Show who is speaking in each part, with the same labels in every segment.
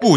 Speaker 1: 不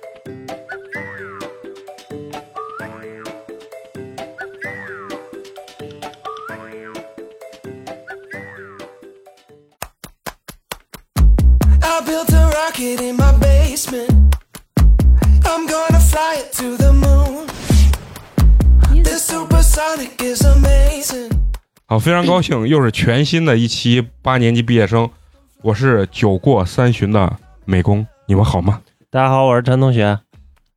Speaker 2: 好，非常高兴，又是全新的一期八年级毕业生。我是酒过三巡的美工，你们好吗？
Speaker 3: 大家好，我是陈同学。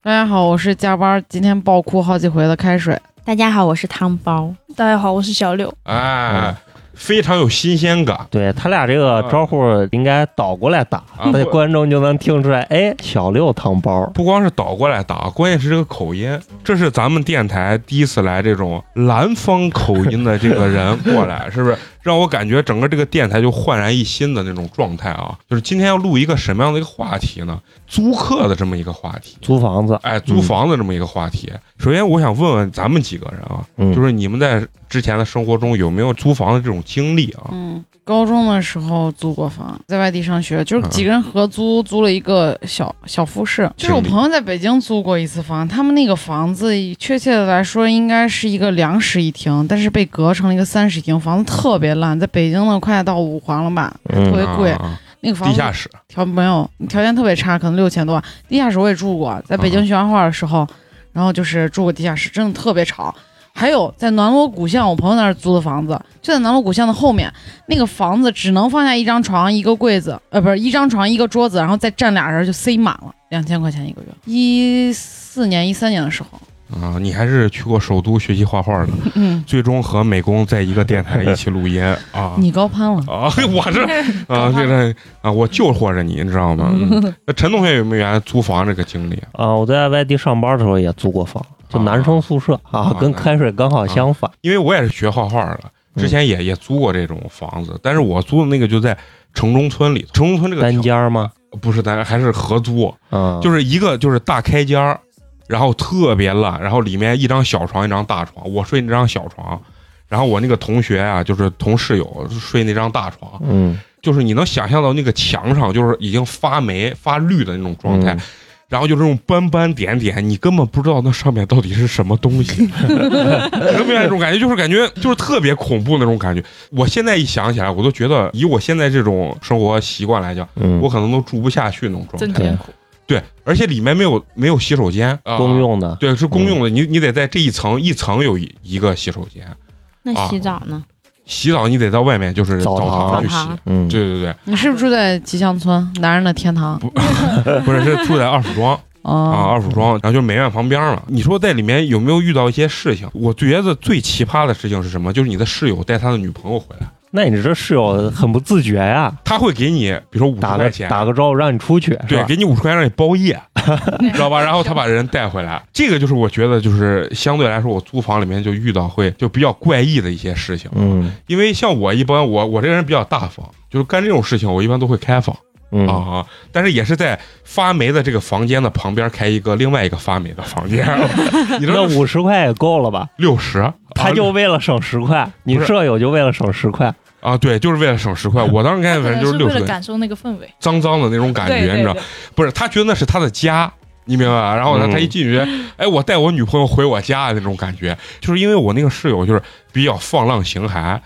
Speaker 4: 大家好，我是加班今天爆哭好几回的开水。
Speaker 5: 大家好，我是汤包。
Speaker 6: 大家好，我是小柳。
Speaker 1: 哎，非常有新鲜感。
Speaker 3: 对他俩这个招呼应该倒过来打，
Speaker 1: 啊
Speaker 3: 那、观众就能听出来。哎，小六汤包，
Speaker 1: 不光是倒过来打，关键是这个口音，这是咱们电台第一次来这种南方口音的这个人过来，是不是让我感觉整个这个电台就焕然一新的那种状态啊？就是今天要录一个什么样的一个话题呢？租客的这么一个话题。
Speaker 3: 租房子，
Speaker 1: 哎，租房子这么一个话题，首先我想问问咱们几个人啊，
Speaker 3: 嗯
Speaker 1: 就是你们在之前的生活中有没有租房的这种经历啊？
Speaker 4: 嗯，高中的时候租过房，在外地上学，就是
Speaker 1: 嗯
Speaker 4: 几个人合租，租了一个小小复式。就是我
Speaker 1: 兄弟
Speaker 4: 朋友在北京租过一次房，他们那个房子确切的来说应该是一个两室一厅，但是被隔成了一个三室一厅，房子特别烂，在北京呢快到五环了吧，特
Speaker 3: 嗯
Speaker 4: 别贵。
Speaker 1: 啊啊啊
Speaker 4: 那个房
Speaker 1: 地
Speaker 4: 子
Speaker 1: 下室
Speaker 4: 条没有条件特别差，可能六千多吧。地下室我也住过，在北
Speaker 1: 啊
Speaker 4: 京学画画的时候，然后就是住过地下室，真的特别吵。还有在南锣鼓巷，我朋友那儿租的房子，就在南锣鼓巷的后面，那个房子只能放下一张床、一个柜子，呃，不是一张床、一个桌子，然后再站俩人就塞满了，两千块钱一个月。一四年、一三年 的时候，
Speaker 1: 啊，你还是去过首都学习画画的，
Speaker 4: 嗯，
Speaker 1: 最终和美工在一个电台一起录音啊。
Speaker 4: 你高攀了，
Speaker 1: 啊， 我这啊，这个啊，我救活着你，你知道吗？嗯那陈同学有没有原来租房这个经历啊？
Speaker 3: 啊、我在外地上班的时候也租过房，就
Speaker 1: 啊
Speaker 3: 男生宿舍啊，
Speaker 1: 啊
Speaker 3: 跟开水刚好相反。
Speaker 1: 因为我也是学画画的，之前也也租过这种房子，但是我租的那个就在城中村里头，城中村这个
Speaker 3: 单
Speaker 1: 条
Speaker 3: 间儿吗？
Speaker 1: 不是单还是合租，
Speaker 3: 啊，
Speaker 1: 就是一个就是大开间儿，然后特别烂，然后里面一张小床一张大床，我睡那张小床，然后我那个同学啊，就是同室友睡那张大床，
Speaker 3: 嗯，
Speaker 1: 就是你能想象到那个墙上就是已经发霉发绿的那种状态。
Speaker 3: 嗯
Speaker 1: 然后就这种斑斑点点，你根本不知道那上面到底是什么东 西，能明白这种感觉？就是感觉就是特别恐怖那种感觉。我现在一想起来，我都觉得以我现在这种生活习惯来讲，
Speaker 3: 嗯
Speaker 1: 我可能都住不下去那种状态。
Speaker 7: 真
Speaker 3: 对
Speaker 7: 艰苦，
Speaker 1: 对，而且里面没有没有洗手间，啊
Speaker 3: 公。嗯用嗯的，
Speaker 1: 对，是公用的，你你得在这一层一层有一一个洗手间，
Speaker 5: 那
Speaker 1: 啊
Speaker 5: 洗澡呢？
Speaker 1: 洗澡你得到外面就是
Speaker 3: 澡堂
Speaker 1: 堂去洗。
Speaker 5: 澡堂
Speaker 3: 嗯，
Speaker 1: 对对对，
Speaker 4: 你是不是住在吉祥村男人的天堂？
Speaker 1: 不是是住在二府庄啊，
Speaker 4: 哦，
Speaker 1: 二府庄，然后就是美院旁边嘛。你说在里面有没有遇到一些事情？我觉得最奇葩的事情是什么？就是你的室友带他的女朋友回来，
Speaker 3: 那你这室友很不自觉呀、
Speaker 1: 他会给你比如说五十
Speaker 3: 打
Speaker 1: 块
Speaker 3: 个
Speaker 1: 钱，
Speaker 3: 打个招呼让你出去，是
Speaker 1: 对，
Speaker 3: 吧？
Speaker 1: 给你五十块钱让你包夜，知道吧？然后他把人带回来，这个就是我觉得就是相对来说，我租房里面就遇到会就比较怪异的一些事情。
Speaker 3: 嗯
Speaker 1: 因为像我一般，我我这个人比较大方，就是干这种事情我一般都会开房、
Speaker 3: 嗯
Speaker 1: 啊啊，但是也是在发霉的这个房间的旁边开一个另外一个发霉的房间，你知
Speaker 3: 那
Speaker 1: 道
Speaker 3: 五十块也够了吧？
Speaker 1: 六十，
Speaker 3: 他就为了省十块，你
Speaker 1: 哦是
Speaker 3: 舍友就为了省十块，
Speaker 1: 啊对，就是为了省十块，我当时开反
Speaker 6: 可
Speaker 1: 正
Speaker 6: 能
Speaker 1: 就是六
Speaker 6: 为
Speaker 1: 啊
Speaker 6: 了
Speaker 1: 十，
Speaker 6: 感受那个氛围，
Speaker 1: 脏脏的那种感
Speaker 6: 对
Speaker 1: 觉，
Speaker 6: 对
Speaker 1: 你知道，
Speaker 6: 对
Speaker 1: 不是他觉得那是他的家。你明白吧？然后呢，
Speaker 3: 嗯
Speaker 1: 他一进去，哎，我带我女朋友回我家的那种感觉，就是因为我那个室友就是比较放浪形骸，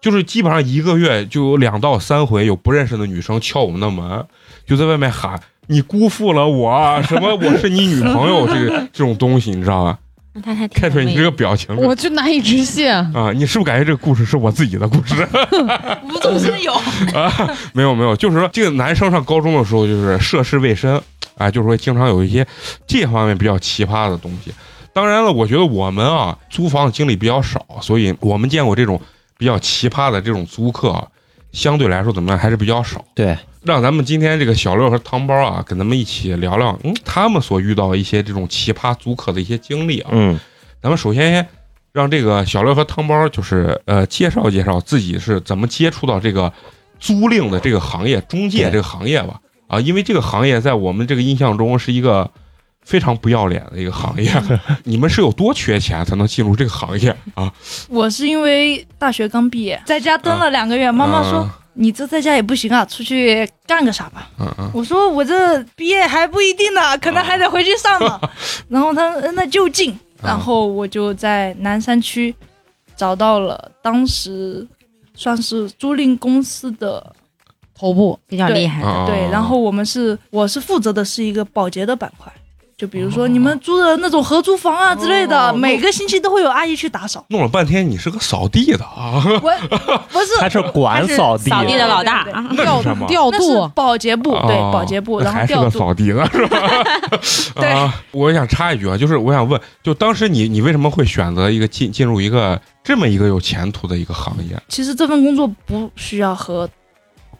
Speaker 1: 就是基本上一个月就有两到三回有不认识的女生敲我们的门，就在外面喊你辜负了我，啊什么我是你女朋友这个这种东西，你知道吧？
Speaker 5: 那他还挺
Speaker 1: 开水，你这
Speaker 5: 有
Speaker 1: 个表情
Speaker 4: 我就难以置 信。
Speaker 1: 啊，你是不是感觉这个故事是我自己的故事？ 啊
Speaker 6: 无中生 有。
Speaker 1: 没有没有，就是说这个男生上高中的时候就是涉世未深，啊，就是说经常有一些这方面比较奇葩的东西。当然了，我觉得我们啊租房的经历比较少，所以我们见过这种比较奇葩的这种租客啊，相对来说怎么样还是比较少。
Speaker 3: 对，
Speaker 1: 让咱们今天这个小六和汤包啊，跟咱们一起聊聊，嗯，他们所遇到的一些这种奇葩租客的一些经历啊。
Speaker 3: 嗯
Speaker 1: 咱们首先先让这个小六和汤包就是呃介绍介绍自己是怎么接触到这个租赁的这个行业中介
Speaker 3: 对
Speaker 1: 这个行业吧。啊，因为这个行业在我们这个印象中是一个非常不要脸的一个行 业。你们是有多缺钱才能进入这个行业啊？
Speaker 6: 我是因为大学刚毕业，在家蹲了两个月，妈妈说。
Speaker 1: 啊
Speaker 6: 你这在家也不行啊，出去干个啥吧？
Speaker 1: 嗯，嗯嗯，
Speaker 6: 我说我这毕业还不一定呢，可能还得回去上呢。然后他说哎那就近，然后我就在南山区找到了当时算是租赁公司的，
Speaker 4: 头部
Speaker 5: 比较厉害的，
Speaker 1: 啊。
Speaker 6: 对。然后我们是我是负责的是一个保洁的板块，就比如说你们租的那种合租房啊之类的，每个星期都会有阿姨去打扫
Speaker 1: 弄了半天你是个扫地的啊？
Speaker 6: 我 不是
Speaker 3: 他是管扫地，
Speaker 5: 扫地的老
Speaker 6: 对
Speaker 5: 大
Speaker 6: 对
Speaker 1: 那是什么？
Speaker 4: 调
Speaker 6: 那是
Speaker 4: 度，
Speaker 6: 保洁部，对
Speaker 1: 哦
Speaker 6: 保洁部，
Speaker 1: 那
Speaker 6: 然后
Speaker 1: 还是
Speaker 6: 调
Speaker 1: 个
Speaker 6: 度。
Speaker 1: 扫地的是吧？
Speaker 6: 对
Speaker 1: 啊，我想插一句啊，就是我想问，就当时你你为什么会选择一个进进入一个这么一个有前途的一个行业？
Speaker 6: 其实这份工作不需要和，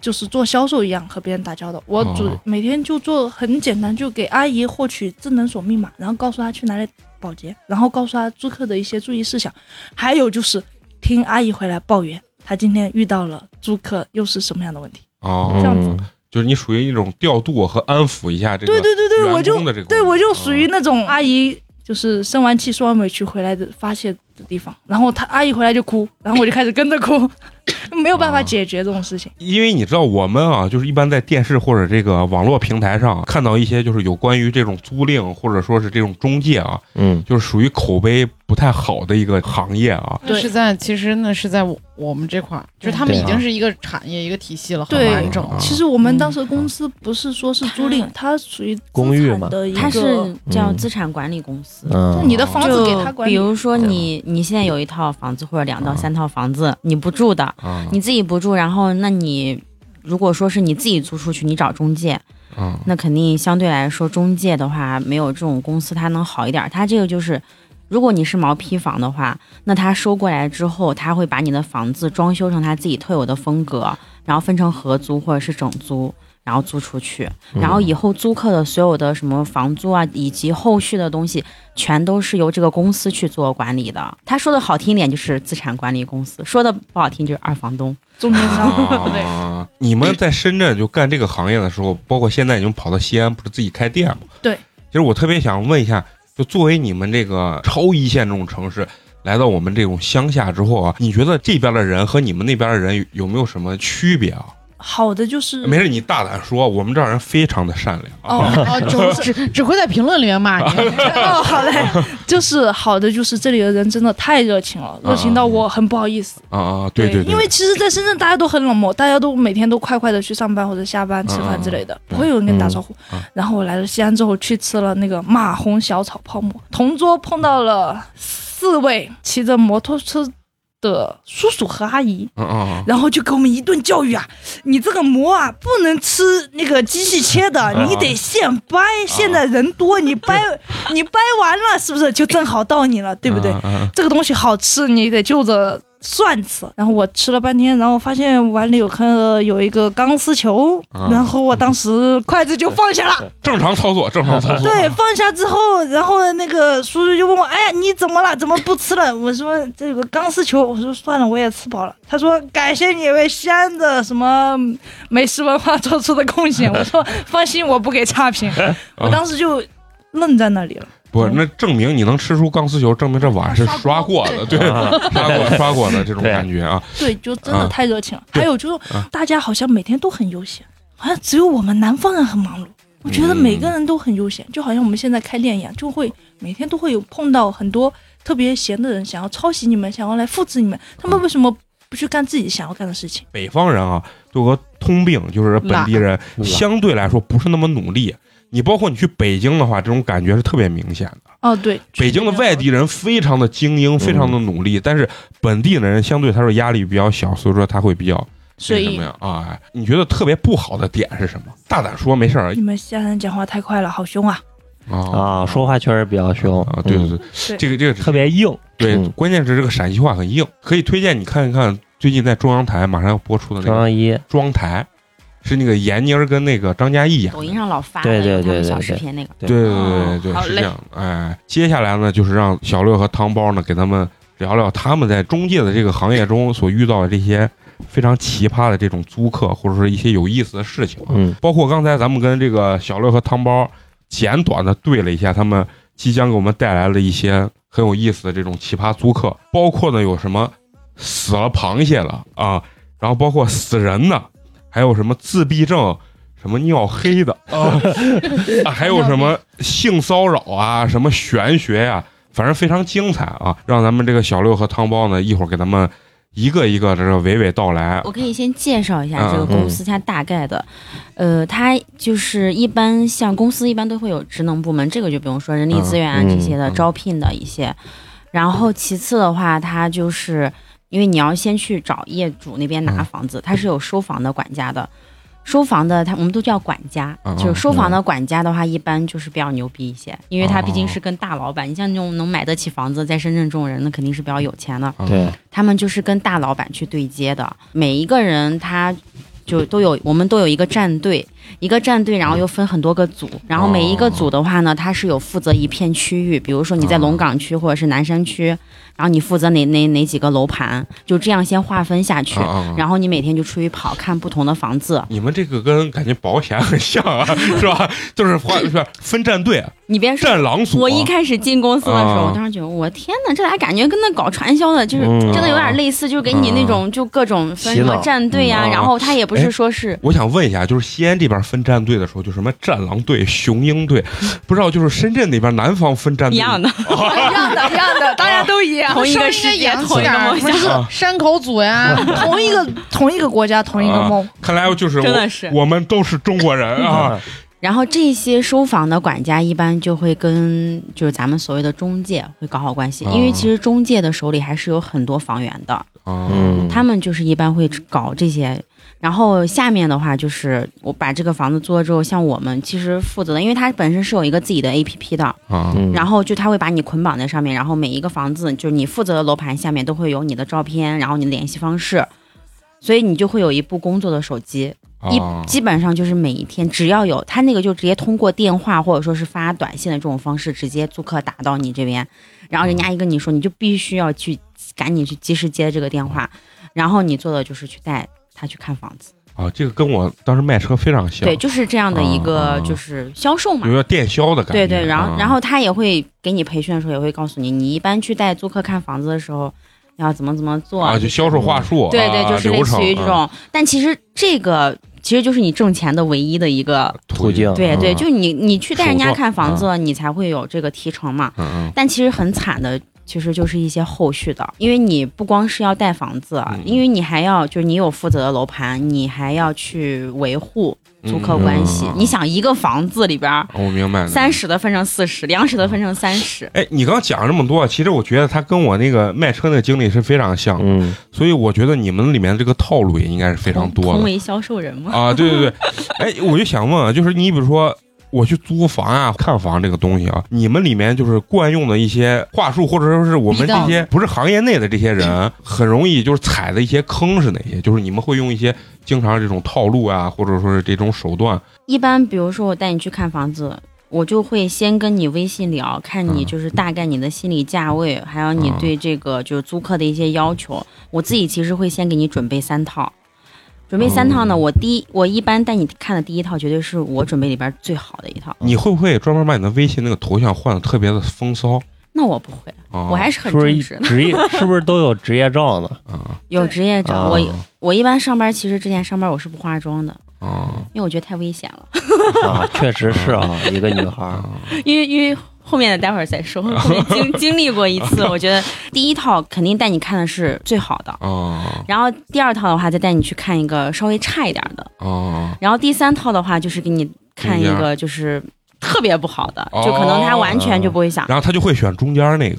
Speaker 6: 就是做销售一样和别人打交道。我主、
Speaker 1: 哦
Speaker 6: 每天就做很简单，就给阿姨获取智能锁密码，然后告诉她去哪里保洁，然后告诉她租客的一些注意事项，还有就是听阿姨回来抱怨，她今天遇到了租客又是什么样的问题。
Speaker 1: 哦
Speaker 6: 这，样子
Speaker 3: 嗯
Speaker 1: 就是你属于一种调度和安抚一下这个
Speaker 6: 对对对对，我
Speaker 1: 员
Speaker 6: 就
Speaker 1: 工的这个工作，
Speaker 6: 对我就属于
Speaker 1: 嗯
Speaker 6: 那种阿姨，就是生完气、受完委屈回来的发泄的地方。然后她阿姨回来就哭，然后我就开始跟着哭， 没有办法
Speaker 1: 哦
Speaker 6: 解决这种事情。
Speaker 1: 因为你知道我们啊，就是一般在电视或者这个网络平台上看到一些就是有关于这种租赁或者说是这种中介啊，
Speaker 3: 嗯，
Speaker 1: 就是属于口碑不太好的一个行业啊。
Speaker 6: 对
Speaker 4: 是在其实那是在我我们这块儿，就是他们
Speaker 3: 对
Speaker 4: 已经是一个产业一个体系了，很
Speaker 6: 对
Speaker 4: 完整
Speaker 1: 啊
Speaker 4: 了。
Speaker 6: 其实我们当
Speaker 1: 嗯
Speaker 6: 时公司不是说是租赁，它属于资产
Speaker 3: 公寓嘛
Speaker 6: 的一个，
Speaker 5: 嗯它是叫
Speaker 3: 嗯
Speaker 5: 资产管理公司。
Speaker 6: 就
Speaker 3: 嗯，
Speaker 6: 你的房子给他
Speaker 5: 就
Speaker 6: 管
Speaker 5: 比
Speaker 6: 理。
Speaker 5: 如说
Speaker 1: 啊
Speaker 5: 你，你现在有一套房子或者两到三套房子，你不住的，
Speaker 1: 啊，
Speaker 5: 你自己不住，然后那你如果说是你自己租出去，你找中介，
Speaker 1: 啊，
Speaker 5: 那肯定相对来说中介的话，没有这种公司它能好一点。它这个就是，如果你是毛坯房的话，那他收过来之后，他会把你的房子装修成他自己特有的风格，然后分成合租或者是整租。然后租出去，然后以后租客的所有的什么房租啊，以及后续的东西，全都是由这个公司去做管理的。他说的好听一点就是资产管理公司，说的不好听就是二房东。
Speaker 6: 中间商， 对，
Speaker 1: 啊，你们在深圳就干这个行业的时候，包括现在已经跑到西安，不是自己开店吗？
Speaker 6: 对。
Speaker 1: 其实我特别想问一下，就作为你们这个超一线这种城市，来到我们这种乡下之后啊，你觉得这边的人和你们那边的人有有没有什么区别啊？
Speaker 6: 好的就是
Speaker 1: 没事，你大胆说，我们这儿人非常的善良啊。
Speaker 6: 哦，
Speaker 4: 哦，只只只会在评论里面骂你，
Speaker 6: 哦，好嘞， 就是好的就是这里的人真的太热情了，热情到我很不好意思。
Speaker 1: 啊啊，对对，
Speaker 6: 嗯因为其实，在深圳大家都很冷漠，大家都每天都快快的去上班或者下班、吃饭之类的，不会有人跟你打招呼
Speaker 1: 嗯嗯嗯。
Speaker 6: 然后我来了西安之后，去吃了那个马红小炒泡馍，同桌碰到了四位骑着摩托车的叔叔和阿姨，
Speaker 1: 嗯嗯
Speaker 6: 然后就给我们一顿教育啊！你这个馍啊，不能吃那个机器切
Speaker 1: 嗯
Speaker 6: 的，你得现掰。现在人多，你 掰你掰完了，是不是就正好到你了，对不对？
Speaker 1: 嗯嗯
Speaker 6: 这个东西好吃，你得就着蒜吃。然后我吃了半天，然后发现碗里有颗有一个钢丝球，
Speaker 1: 啊
Speaker 6: 然后我当时筷子就放下了。
Speaker 1: 正常操作，正常操作。
Speaker 6: 对，放下之后，然后那个叔叔就问我：“哎呀，你怎么了？怎么不吃了？”我说：“这有个钢丝球。”我说：“算了，我也吃饱了。”他说：“感谢你为西安的什么美食文化做出的贡献。”我说：“放心，我不给差评。”我当时就愣在那里了。
Speaker 1: 不，那证明你能吃出钢丝球，证明这碗是刷过的， 对，刷过刷过的这种感觉啊。
Speaker 6: 对，就真
Speaker 1: 啊
Speaker 6: 的太热情了。
Speaker 1: 对
Speaker 6: 还有就是
Speaker 1: 啊，
Speaker 6: 大家好像每天都很悠闲，好像只有我们南方人很忙碌。我觉
Speaker 1: 嗯
Speaker 6: 得每个人都很悠闲，就好像我们现在开店一样，就会每天都会有碰到很多特别闲的人，想要抄袭你们，想要来复制你们。他
Speaker 1: 嗯
Speaker 6: 们为什么不去干自己想要干的事情？
Speaker 1: 北方人啊，有个通病，就是本地人
Speaker 3: 懒
Speaker 1: 相对来说不是那么努力。你包括你去北京的话，这种感觉是特别明显的。
Speaker 6: 哦，对，
Speaker 1: 北京的外地人非常的精
Speaker 3: 嗯
Speaker 1: 英，非常的努力，但是本地人相对他说压力比较小，所以说他会比较
Speaker 6: 所
Speaker 1: 那什
Speaker 6: 以
Speaker 1: 么呀啊？哎你觉得特别不好的点是什么？大胆说，没事儿
Speaker 6: 你们西安人讲话太快了，好凶啊！
Speaker 5: 哦
Speaker 3: 啊，说话确实比较凶
Speaker 1: 啊，对对
Speaker 3: 嗯
Speaker 1: 对，这个这个
Speaker 3: 特别硬，
Speaker 1: 对，
Speaker 3: 嗯
Speaker 1: 关键是这个陕西话很硬，可以推荐你看一看最近在中央台马上要播出的那
Speaker 3: 张
Speaker 1: 个《
Speaker 3: 阿姨，
Speaker 1: 庄台》，是那个闫妮儿跟那个张嘉译演的
Speaker 5: 抖音上老发
Speaker 3: 对
Speaker 5: 的
Speaker 3: 对对
Speaker 5: 有他们
Speaker 3: 对
Speaker 5: 小视
Speaker 3: 对
Speaker 5: 频那个，
Speaker 1: 对对对对
Speaker 6: 哦
Speaker 1: 对，
Speaker 6: 好
Speaker 1: 是
Speaker 6: 嘞
Speaker 1: 这样的。哎，接下来呢，就是让小六和汤包呢给他们聊聊他们在中介的这个行业中所遇到的这些非常奇葩的这种租客，或者说一些有意思的事情啊。
Speaker 3: 嗯
Speaker 1: 包括刚才咱们跟这个小六和汤包简短的对了一下他们即将给我们带来了一些很有意思的这种奇葩租客，包括呢有什么死了螃蟹了啊，然后包括死人的，还有什么自闭症。什么尿黑的啊啊，还有什么性骚扰啊，什么玄学呀、反正非常精彩啊！让咱们这个小六和汤包呢，一会儿给咱们一个一个这个娓娓道来。啊
Speaker 5: 我可以先介绍一下
Speaker 1: 嗯
Speaker 5: 这个公司，它大概的，呃，它就是一般像公司一般都会有职能部门，这个就不用说，人力资源啊
Speaker 2: 嗯
Speaker 5: 这些的
Speaker 1: 嗯
Speaker 5: 招聘的一些。然后其次的话，它就是因为你要先去找业主那边拿
Speaker 1: 嗯
Speaker 5: 房子，它是有收房的管家的。收房的，他我们都叫管家
Speaker 1: 嗯，
Speaker 5: 就是收房
Speaker 1: 嗯
Speaker 5: 的管家的话，一般就是比较牛逼一些，因为他毕竟
Speaker 1: 哦
Speaker 5: 是跟大老板，你像那种能买得起房子，在深圳这种人，那肯定是比较有钱的。
Speaker 1: 嗯
Speaker 3: 对，
Speaker 5: 他们就是跟大老板去对接的。每一个人他就都有，我们都有一个战队，一个战队，然后又分很多个组，然后每一个组的话呢，它是有负责一片区域，比如说你在龙岗区或者是南山区，
Speaker 1: 哦
Speaker 5: 然后你负责哪哪哪几个楼盘，就这样先划分下去。
Speaker 1: 啊啊
Speaker 5: 然后你每天就出去跑，看不同的房子。
Speaker 1: 你们这个跟感觉保险很像 啊，是吧？就是划是分战队、啊
Speaker 5: 你别说，
Speaker 1: 战狼组。
Speaker 5: 我一开始进公司的时候，
Speaker 1: 啊
Speaker 5: 我当时觉得，我天呐，这俩感觉跟那搞传销的，就是
Speaker 3: 嗯
Speaker 5: 真的有点类似，就是给你那种就各种分
Speaker 3: 洗
Speaker 5: 什
Speaker 3: 脑
Speaker 5: 么战队呀、
Speaker 1: 嗯啊
Speaker 5: 然后他也不
Speaker 1: 哎
Speaker 5: 是说是
Speaker 1: 我想问一下，就是西安这边分战队的时候，就什么战狼队、雄鹰 队，不知道就是深圳那边南方分战
Speaker 5: 一
Speaker 1: 队
Speaker 5: 样的，
Speaker 8: 一 样的，一样的，大家都一样。
Speaker 5: 同一个
Speaker 4: 稍微
Speaker 5: 世界，
Speaker 4: 洋气
Speaker 5: 同一
Speaker 4: 点
Speaker 5: 个
Speaker 4: 儿
Speaker 5: 梦
Speaker 4: 什么
Speaker 5: 想，
Speaker 1: 啊
Speaker 4: 山口组呀，
Speaker 6: 同一个同一个国家，同一个
Speaker 5: 啊
Speaker 6: 梦。
Speaker 1: 看来就是
Speaker 5: 真
Speaker 1: 我
Speaker 5: 的是。
Speaker 1: 我们都是中国人 啊。
Speaker 5: 然后这些收房的管家一般就会跟就是咱们所谓的中介会搞好关系，
Speaker 1: 啊
Speaker 5: 因为其实中介的手里还是有很多房源的，
Speaker 1: 啊
Speaker 3: 嗯，
Speaker 5: 他们就是一般会搞这些。然后下面的话就是我把这个房子做了之后，像我们其实负责的，因为它本身是有一个自己的 APP 的，
Speaker 1: 啊
Speaker 3: 嗯
Speaker 5: 然后就他会把你捆绑在上面，然后每一个房子就是你负责的楼盘下面都会有你的照片，然后你的联系方式，所以你就会有一部工作的手机，一
Speaker 1: 啊！
Speaker 5: 基本上就是每一天，只要有他那个就直接通过电话或者说是发短信的这种方式，直接租客打到你这边，然后人家一跟你说，你就必须要去赶紧去及时接这个电话，然后你做的就是去带他去看房子，
Speaker 1: 啊，这个跟我当时卖车非常像，
Speaker 5: 对，就是这样的一
Speaker 1: 啊啊
Speaker 5: 个就是销售嘛
Speaker 1: 有。点电销的感觉。
Speaker 5: 对对，然后
Speaker 1: 啊
Speaker 5: 然后他也会给你培训的时候也会告诉你，你一般去带租客看房子的时候要怎么怎么做，
Speaker 1: 啊，就销售话术，
Speaker 5: 对对，
Speaker 1: 啊
Speaker 5: 就是类
Speaker 1: 流
Speaker 5: 似
Speaker 1: 程
Speaker 5: 于这种。但其实这个其实就是你挣钱的唯一的一个
Speaker 3: 途径
Speaker 5: 对对，
Speaker 1: 嗯
Speaker 5: 就你你去带人
Speaker 1: 手
Speaker 5: 家
Speaker 1: 段
Speaker 5: 看房子，你才会有这个提成嘛。
Speaker 1: 嗯嗯
Speaker 5: 但其实很惨的，其实就是一些后续的，因为你不光是要带房子啊
Speaker 1: 嗯，
Speaker 5: 因为你还要就是你有负责的楼盘，你还要去维护租客关系
Speaker 1: 嗯嗯嗯。嗯
Speaker 5: 你想一个房子里边
Speaker 1: 嗯我明白。
Speaker 5: 三。十的分成四十，两室的分成三十，
Speaker 1: 哎，你刚讲了这么多，其实我觉得他跟我那个卖车那个经历是非常像的，
Speaker 3: 嗯，
Speaker 1: 所以我觉得你们里面这个套路也应该是非常多
Speaker 5: 同
Speaker 1: 的
Speaker 5: 为销售人嘛。
Speaker 1: 啊。对对 对，哎，我就想问啊，就是你比如说我去租房啊、看房这个东西啊，你们里面就是惯用的一些话术，或者说是我们这些不是行业内的这些 人，很容易就是踩的一些坑是哪些？就是你们会用一些经常这种套路啊，或者说是这种手段
Speaker 5: 一般比如说我带你去看房子，我就会先跟你微信聊，看你
Speaker 1: 嗯
Speaker 5: 就是大概你的心理价位，还有你
Speaker 1: 嗯
Speaker 5: 对这个就是租客的一些要求。我自己其实会先给你准备三套，准备三
Speaker 1: 嗯
Speaker 5: 套呢，我第一我一般带你看的第一套绝对是我准备里边最好的一套。
Speaker 1: 你会不会专门把你的微信那个头像换的特别的风骚
Speaker 5: 那我不会，
Speaker 1: 啊？
Speaker 5: 我还是
Speaker 3: 是
Speaker 5: 很
Speaker 3: 不是
Speaker 5: 正
Speaker 3: 一
Speaker 5: 直的，
Speaker 3: 职业是不是都有职业照呢？
Speaker 1: 啊
Speaker 5: 有职业者。
Speaker 3: 啊
Speaker 5: 我我一般上班其实之前上班我是不化妆的，
Speaker 1: 啊
Speaker 5: 因为我觉得太危险了，
Speaker 3: 啊，确实是啊， 一个女孩儿，
Speaker 1: 啊！
Speaker 5: 因为因为。后面的待会儿再说，后面经经历过一次，我觉得第一套肯定带你看的是最好的，
Speaker 1: 啊
Speaker 5: 然后第二套的话，再带你去看一个稍微差一点的，
Speaker 1: 啊！
Speaker 5: 然后第三套的话，就是给你看一
Speaker 1: 中
Speaker 5: 个就是特别不好的，
Speaker 1: 哦
Speaker 5: 就可能他完全就不会想，
Speaker 1: 然后他就会选中间那个，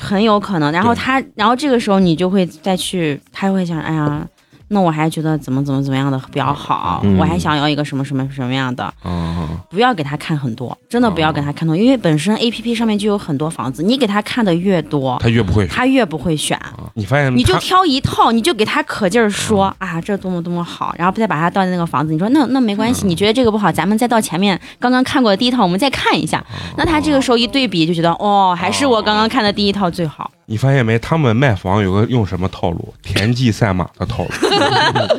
Speaker 5: 很有可能。然后他，然后这个时候你就会再去，他会想，哎呀，那我还觉得怎么怎么怎么样的比较好，
Speaker 3: 嗯
Speaker 5: 我还想要一个什么什么什么样的，
Speaker 1: 啊
Speaker 5: 不要给他看很多，真的不要给他看多，因为本身 A P P 上面就有很多房子，你给他看的越多，
Speaker 1: 他越不会选。
Speaker 5: 他越不会选。
Speaker 1: 啊你发现
Speaker 5: 哦你就
Speaker 1: 他嗯
Speaker 5: 挑一套，你就给他可劲儿说啊，这多么多么好，然后再把他倒进那个房子。你说那那没关
Speaker 1: 嗯
Speaker 5: 系，你觉得这个不好，咱们再到前面刚刚看过的哦第一套，我们再看一下。那他这个时候一对比，就觉得哦，还是我刚刚看的第一套最好。
Speaker 1: 你发现没？他们卖房有个用什么套路？田忌赛马的 套路，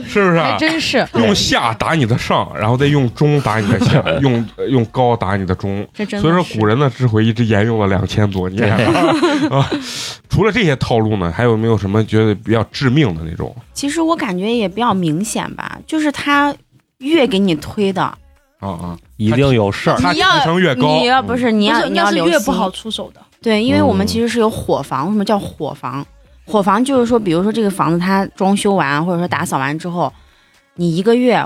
Speaker 1: 是不是啊
Speaker 4: 还？真是
Speaker 1: 用下打你的上，然后再用中打你的下，用呃用高打你的中。
Speaker 5: 这 真
Speaker 1: 所
Speaker 5: 的
Speaker 1: 以说，
Speaker 5: 是
Speaker 1: 古人的智慧一直沿用了两千多年 啊。除了这些套路呢，还有没有什么觉得比较致命的那种？
Speaker 5: 其实我感觉也比较明显吧，就是他越给你推的，
Speaker 1: 啊啊，
Speaker 3: 一定有事儿。
Speaker 1: 他
Speaker 5: 你要
Speaker 1: 提成越高
Speaker 5: 你要不是你
Speaker 6: 不
Speaker 5: 要
Speaker 6: 是
Speaker 5: 你
Speaker 6: 那
Speaker 5: 要
Speaker 6: 是
Speaker 5: 留
Speaker 6: 越
Speaker 5: 心
Speaker 6: 不好出手的。
Speaker 5: 对，因为我们
Speaker 1: 嗯
Speaker 5: 其实是有火房，为什么叫火房？火房就是说，比如说这个房子它装修完或者说打扫完之后，你一个月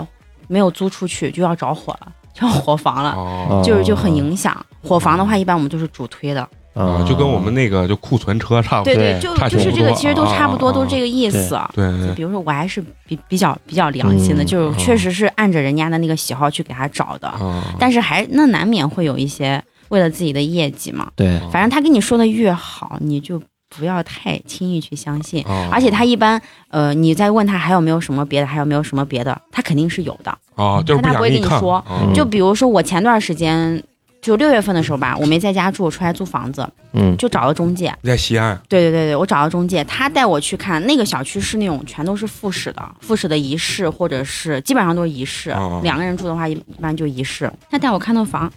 Speaker 5: 没有租出去就要着火了，就要火房了，
Speaker 1: 哦
Speaker 5: 就是就很影响。火房的话，一般我们都是主推的，
Speaker 1: 啊，就跟我们那个就库存车差不多。
Speaker 5: 对
Speaker 3: 对
Speaker 5: 就
Speaker 1: 差
Speaker 5: 就是
Speaker 1: 挺
Speaker 5: 这个
Speaker 1: 多
Speaker 5: 其实都
Speaker 1: 啊
Speaker 5: 差不多，
Speaker 1: 啊
Speaker 5: 都是这个意思。
Speaker 1: 对对对
Speaker 5: 比如说我还是比比较比较良心的，
Speaker 3: 嗯
Speaker 5: 就是
Speaker 1: 啊
Speaker 5: 确实是按着人家的那个喜好去给他找的，
Speaker 1: 啊，
Speaker 5: 但是还那难免会有一些为了自己的业绩嘛，
Speaker 3: 对
Speaker 5: 反正他跟你说的越好，你就不要太轻易去相信。
Speaker 1: 啊
Speaker 5: 而且他一般，呃，你再问他还有没有什么别的，还有没有什么别的，他肯定是有的。
Speaker 1: 啊，就是
Speaker 5: 但他
Speaker 1: 想
Speaker 5: 不会
Speaker 1: 给
Speaker 5: 跟你
Speaker 1: 看
Speaker 5: 说
Speaker 1: 啊
Speaker 5: 就比如说我前段时间，就六月份的时候吧，我没在家住，我出来租房子，
Speaker 3: 嗯
Speaker 5: 就找了中介。
Speaker 1: 在西安
Speaker 5: 对对对对，我找了中介，他带我去看那个小区是那种全都是复式的，复式的一室或者是基本上都是一室，
Speaker 1: 哦
Speaker 5: 两个人住的话一一般就一室。他带我看那房，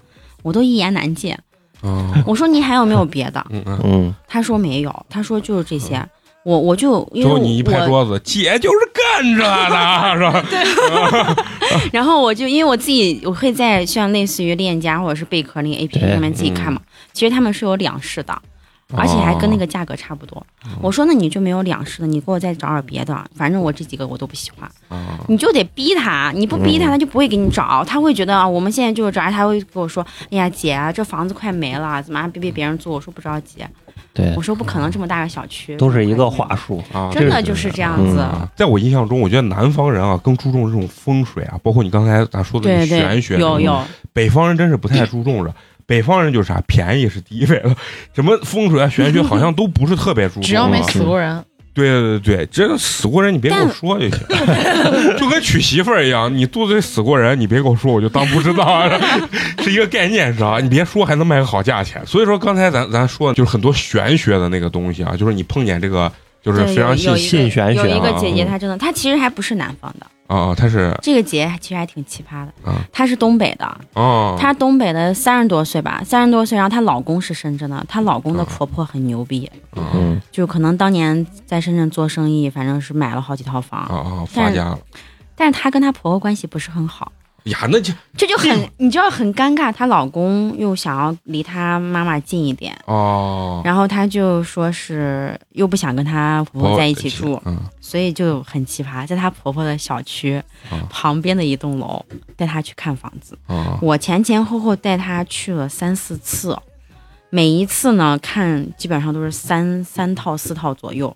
Speaker 5: 我都一言难尽。
Speaker 1: 啊，
Speaker 5: 我说你还有没有别的？
Speaker 1: 嗯嗯。
Speaker 3: 嗯，
Speaker 5: 他说没有，他说就是这些。我我就因
Speaker 1: 最
Speaker 5: 为
Speaker 1: 后
Speaker 5: 我
Speaker 1: 你一拍桌子，姐就是干这的，啊是吧？
Speaker 5: 然后我就因为我自己我会在像类似于链家或者是贝壳那个 APP
Speaker 3: 对
Speaker 5: 上面自己看嘛，其实他们是有两室的，而且还跟那个价格差不多。我说那你就没有两室的，你给我再找点别的，反正我这几个我都不喜欢，
Speaker 1: 啊
Speaker 5: 你就得逼他，你不逼他
Speaker 3: 嗯
Speaker 5: 他就不会给你找，他会觉得啊我们现在就是找，他会跟我说，哎呀姐啊，这房子快没了，怎么还别被别人租？我说不着急，
Speaker 3: 对
Speaker 5: 我，说不可能这么大个小区，
Speaker 3: 都是一个话术。
Speaker 1: 啊，
Speaker 5: 真的
Speaker 3: 这个
Speaker 5: 就是这样子。
Speaker 1: 啊，在我印象中，我觉得南方人啊更注重这种风水啊，包括你刚才咱说的
Speaker 5: 对
Speaker 1: 那
Speaker 5: 对，
Speaker 1: 玄学，嗯
Speaker 5: 有有，
Speaker 1: 北方人真是不太注重了。北方人就是啥、便宜是第一位了，什么风水啊、玄学好像都不是特别注重啊。
Speaker 4: 只要没死过人，
Speaker 1: 对对对对，这个死过人你别跟我说就行，就跟娶媳妇儿一样，你肚子里死过人，你别跟我说，我就当不知道啊， 是一个概念，知道吧？你别说还能卖个好价钱。所以说刚才咱咱说的就是很多玄学的那个东西啊，就是你碰见这个就是非
Speaker 5: 对，有
Speaker 1: 常
Speaker 5: 有
Speaker 1: 信
Speaker 5: 一
Speaker 1: 息
Speaker 3: 信
Speaker 5: 个
Speaker 3: 玄
Speaker 5: 有
Speaker 3: 学
Speaker 5: 一个
Speaker 1: 啊
Speaker 5: 姐姐，
Speaker 1: 嗯
Speaker 5: 她真的，她其实还不是南方的，
Speaker 1: 啊，他是
Speaker 5: 这个姐其实还挺奇葩的
Speaker 1: 啊，
Speaker 5: 她是东北的，
Speaker 1: 啊，
Speaker 5: 她东北的三十多岁吧，三十多岁，然后她老公是深圳的，她老公的婆婆很牛逼，
Speaker 1: 啊
Speaker 3: 嗯
Speaker 5: 就可能当年在深圳做生意，反正是买了好几套
Speaker 1: 啊
Speaker 5: 房，
Speaker 1: 啊发家了
Speaker 5: 但是她跟她婆婆关系不是很好，
Speaker 1: 呀，那就
Speaker 5: 这就 很你知道很尴尬，她老公又想要离她妈妈近一点。
Speaker 1: 哦，
Speaker 5: 然后她就说是又不想跟她婆婆在一起住，
Speaker 1: 嗯
Speaker 5: 所以就很奇葩，在她婆婆的小区
Speaker 1: 啊
Speaker 5: 旁边的一栋楼带她去看房子。
Speaker 1: 啊
Speaker 5: 我前前后后带她去了三四次，每一次呢看基本上都是三三套四套左右。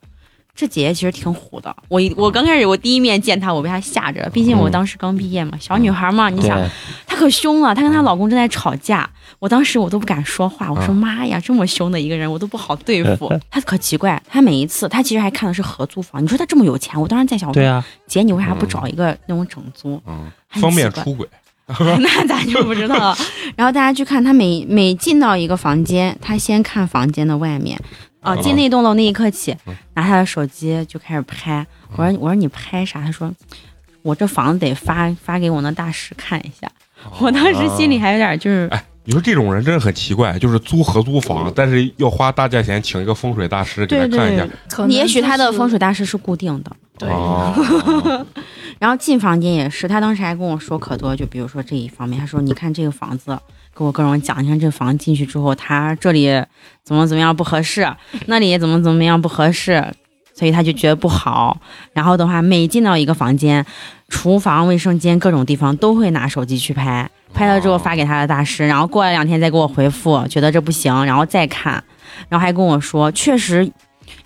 Speaker 5: 这姐姐其实挺虎的，我一我刚开始我第一面见她，我被她吓着，毕竟我当时刚毕业嘛，小女孩嘛，你
Speaker 3: 对
Speaker 5: 想她可凶了，她跟
Speaker 3: 嗯
Speaker 5: 她老公正在吵架，我当时我都不敢说话，我说妈呀，这么凶的一个人，我都不好对付。 她可奇怪，她每一次她其实还看的是合租房，你说她这么有钱，我当时在想，我
Speaker 3: 对
Speaker 5: 说
Speaker 3: 啊，
Speaker 5: 姐你为啥不找一个那种整租？
Speaker 1: 嗯，
Speaker 5: 很
Speaker 1: 方便
Speaker 5: 奇怪
Speaker 1: 出轨
Speaker 3: 嗯
Speaker 5: 那咱就不知道 了。然后大家去看，他每每进到一个房间，他先看房间的外面。哦，
Speaker 3: 嗯
Speaker 5: 进那栋楼那一刻起，拿他的手机就开始拍。我
Speaker 3: 嗯
Speaker 5: 说我说你拍啥？他说我这房子得发发给我那大师看一下。
Speaker 3: 哦
Speaker 5: 我当时心里还有点就是
Speaker 1: 哎。你说这种人真的很奇怪，就是租合租房，但是要花大价钱请一个风水大师给他
Speaker 5: 嗯对
Speaker 1: 看一下
Speaker 5: 对，，
Speaker 8: 可能
Speaker 5: 也许他的
Speaker 8: 就是
Speaker 5: 风水大师是固定的。
Speaker 8: 对
Speaker 1: 哦，
Speaker 5: 然后进房间也是，他当时还跟我说可多，就比如说这一方面，他说你看这个房子，给我各种讲，你看这个房进去之后，他这里怎么怎么样不合适，那里怎么怎么样不合适，所以他就觉得不好。然后的话，每进到一个房间，厨房、卫生间各种地方都会拿手机去拍，拍了之后发给他的大师，然后过了两天再给我回复，觉得这不行，然后再看，然后还跟我说，确实，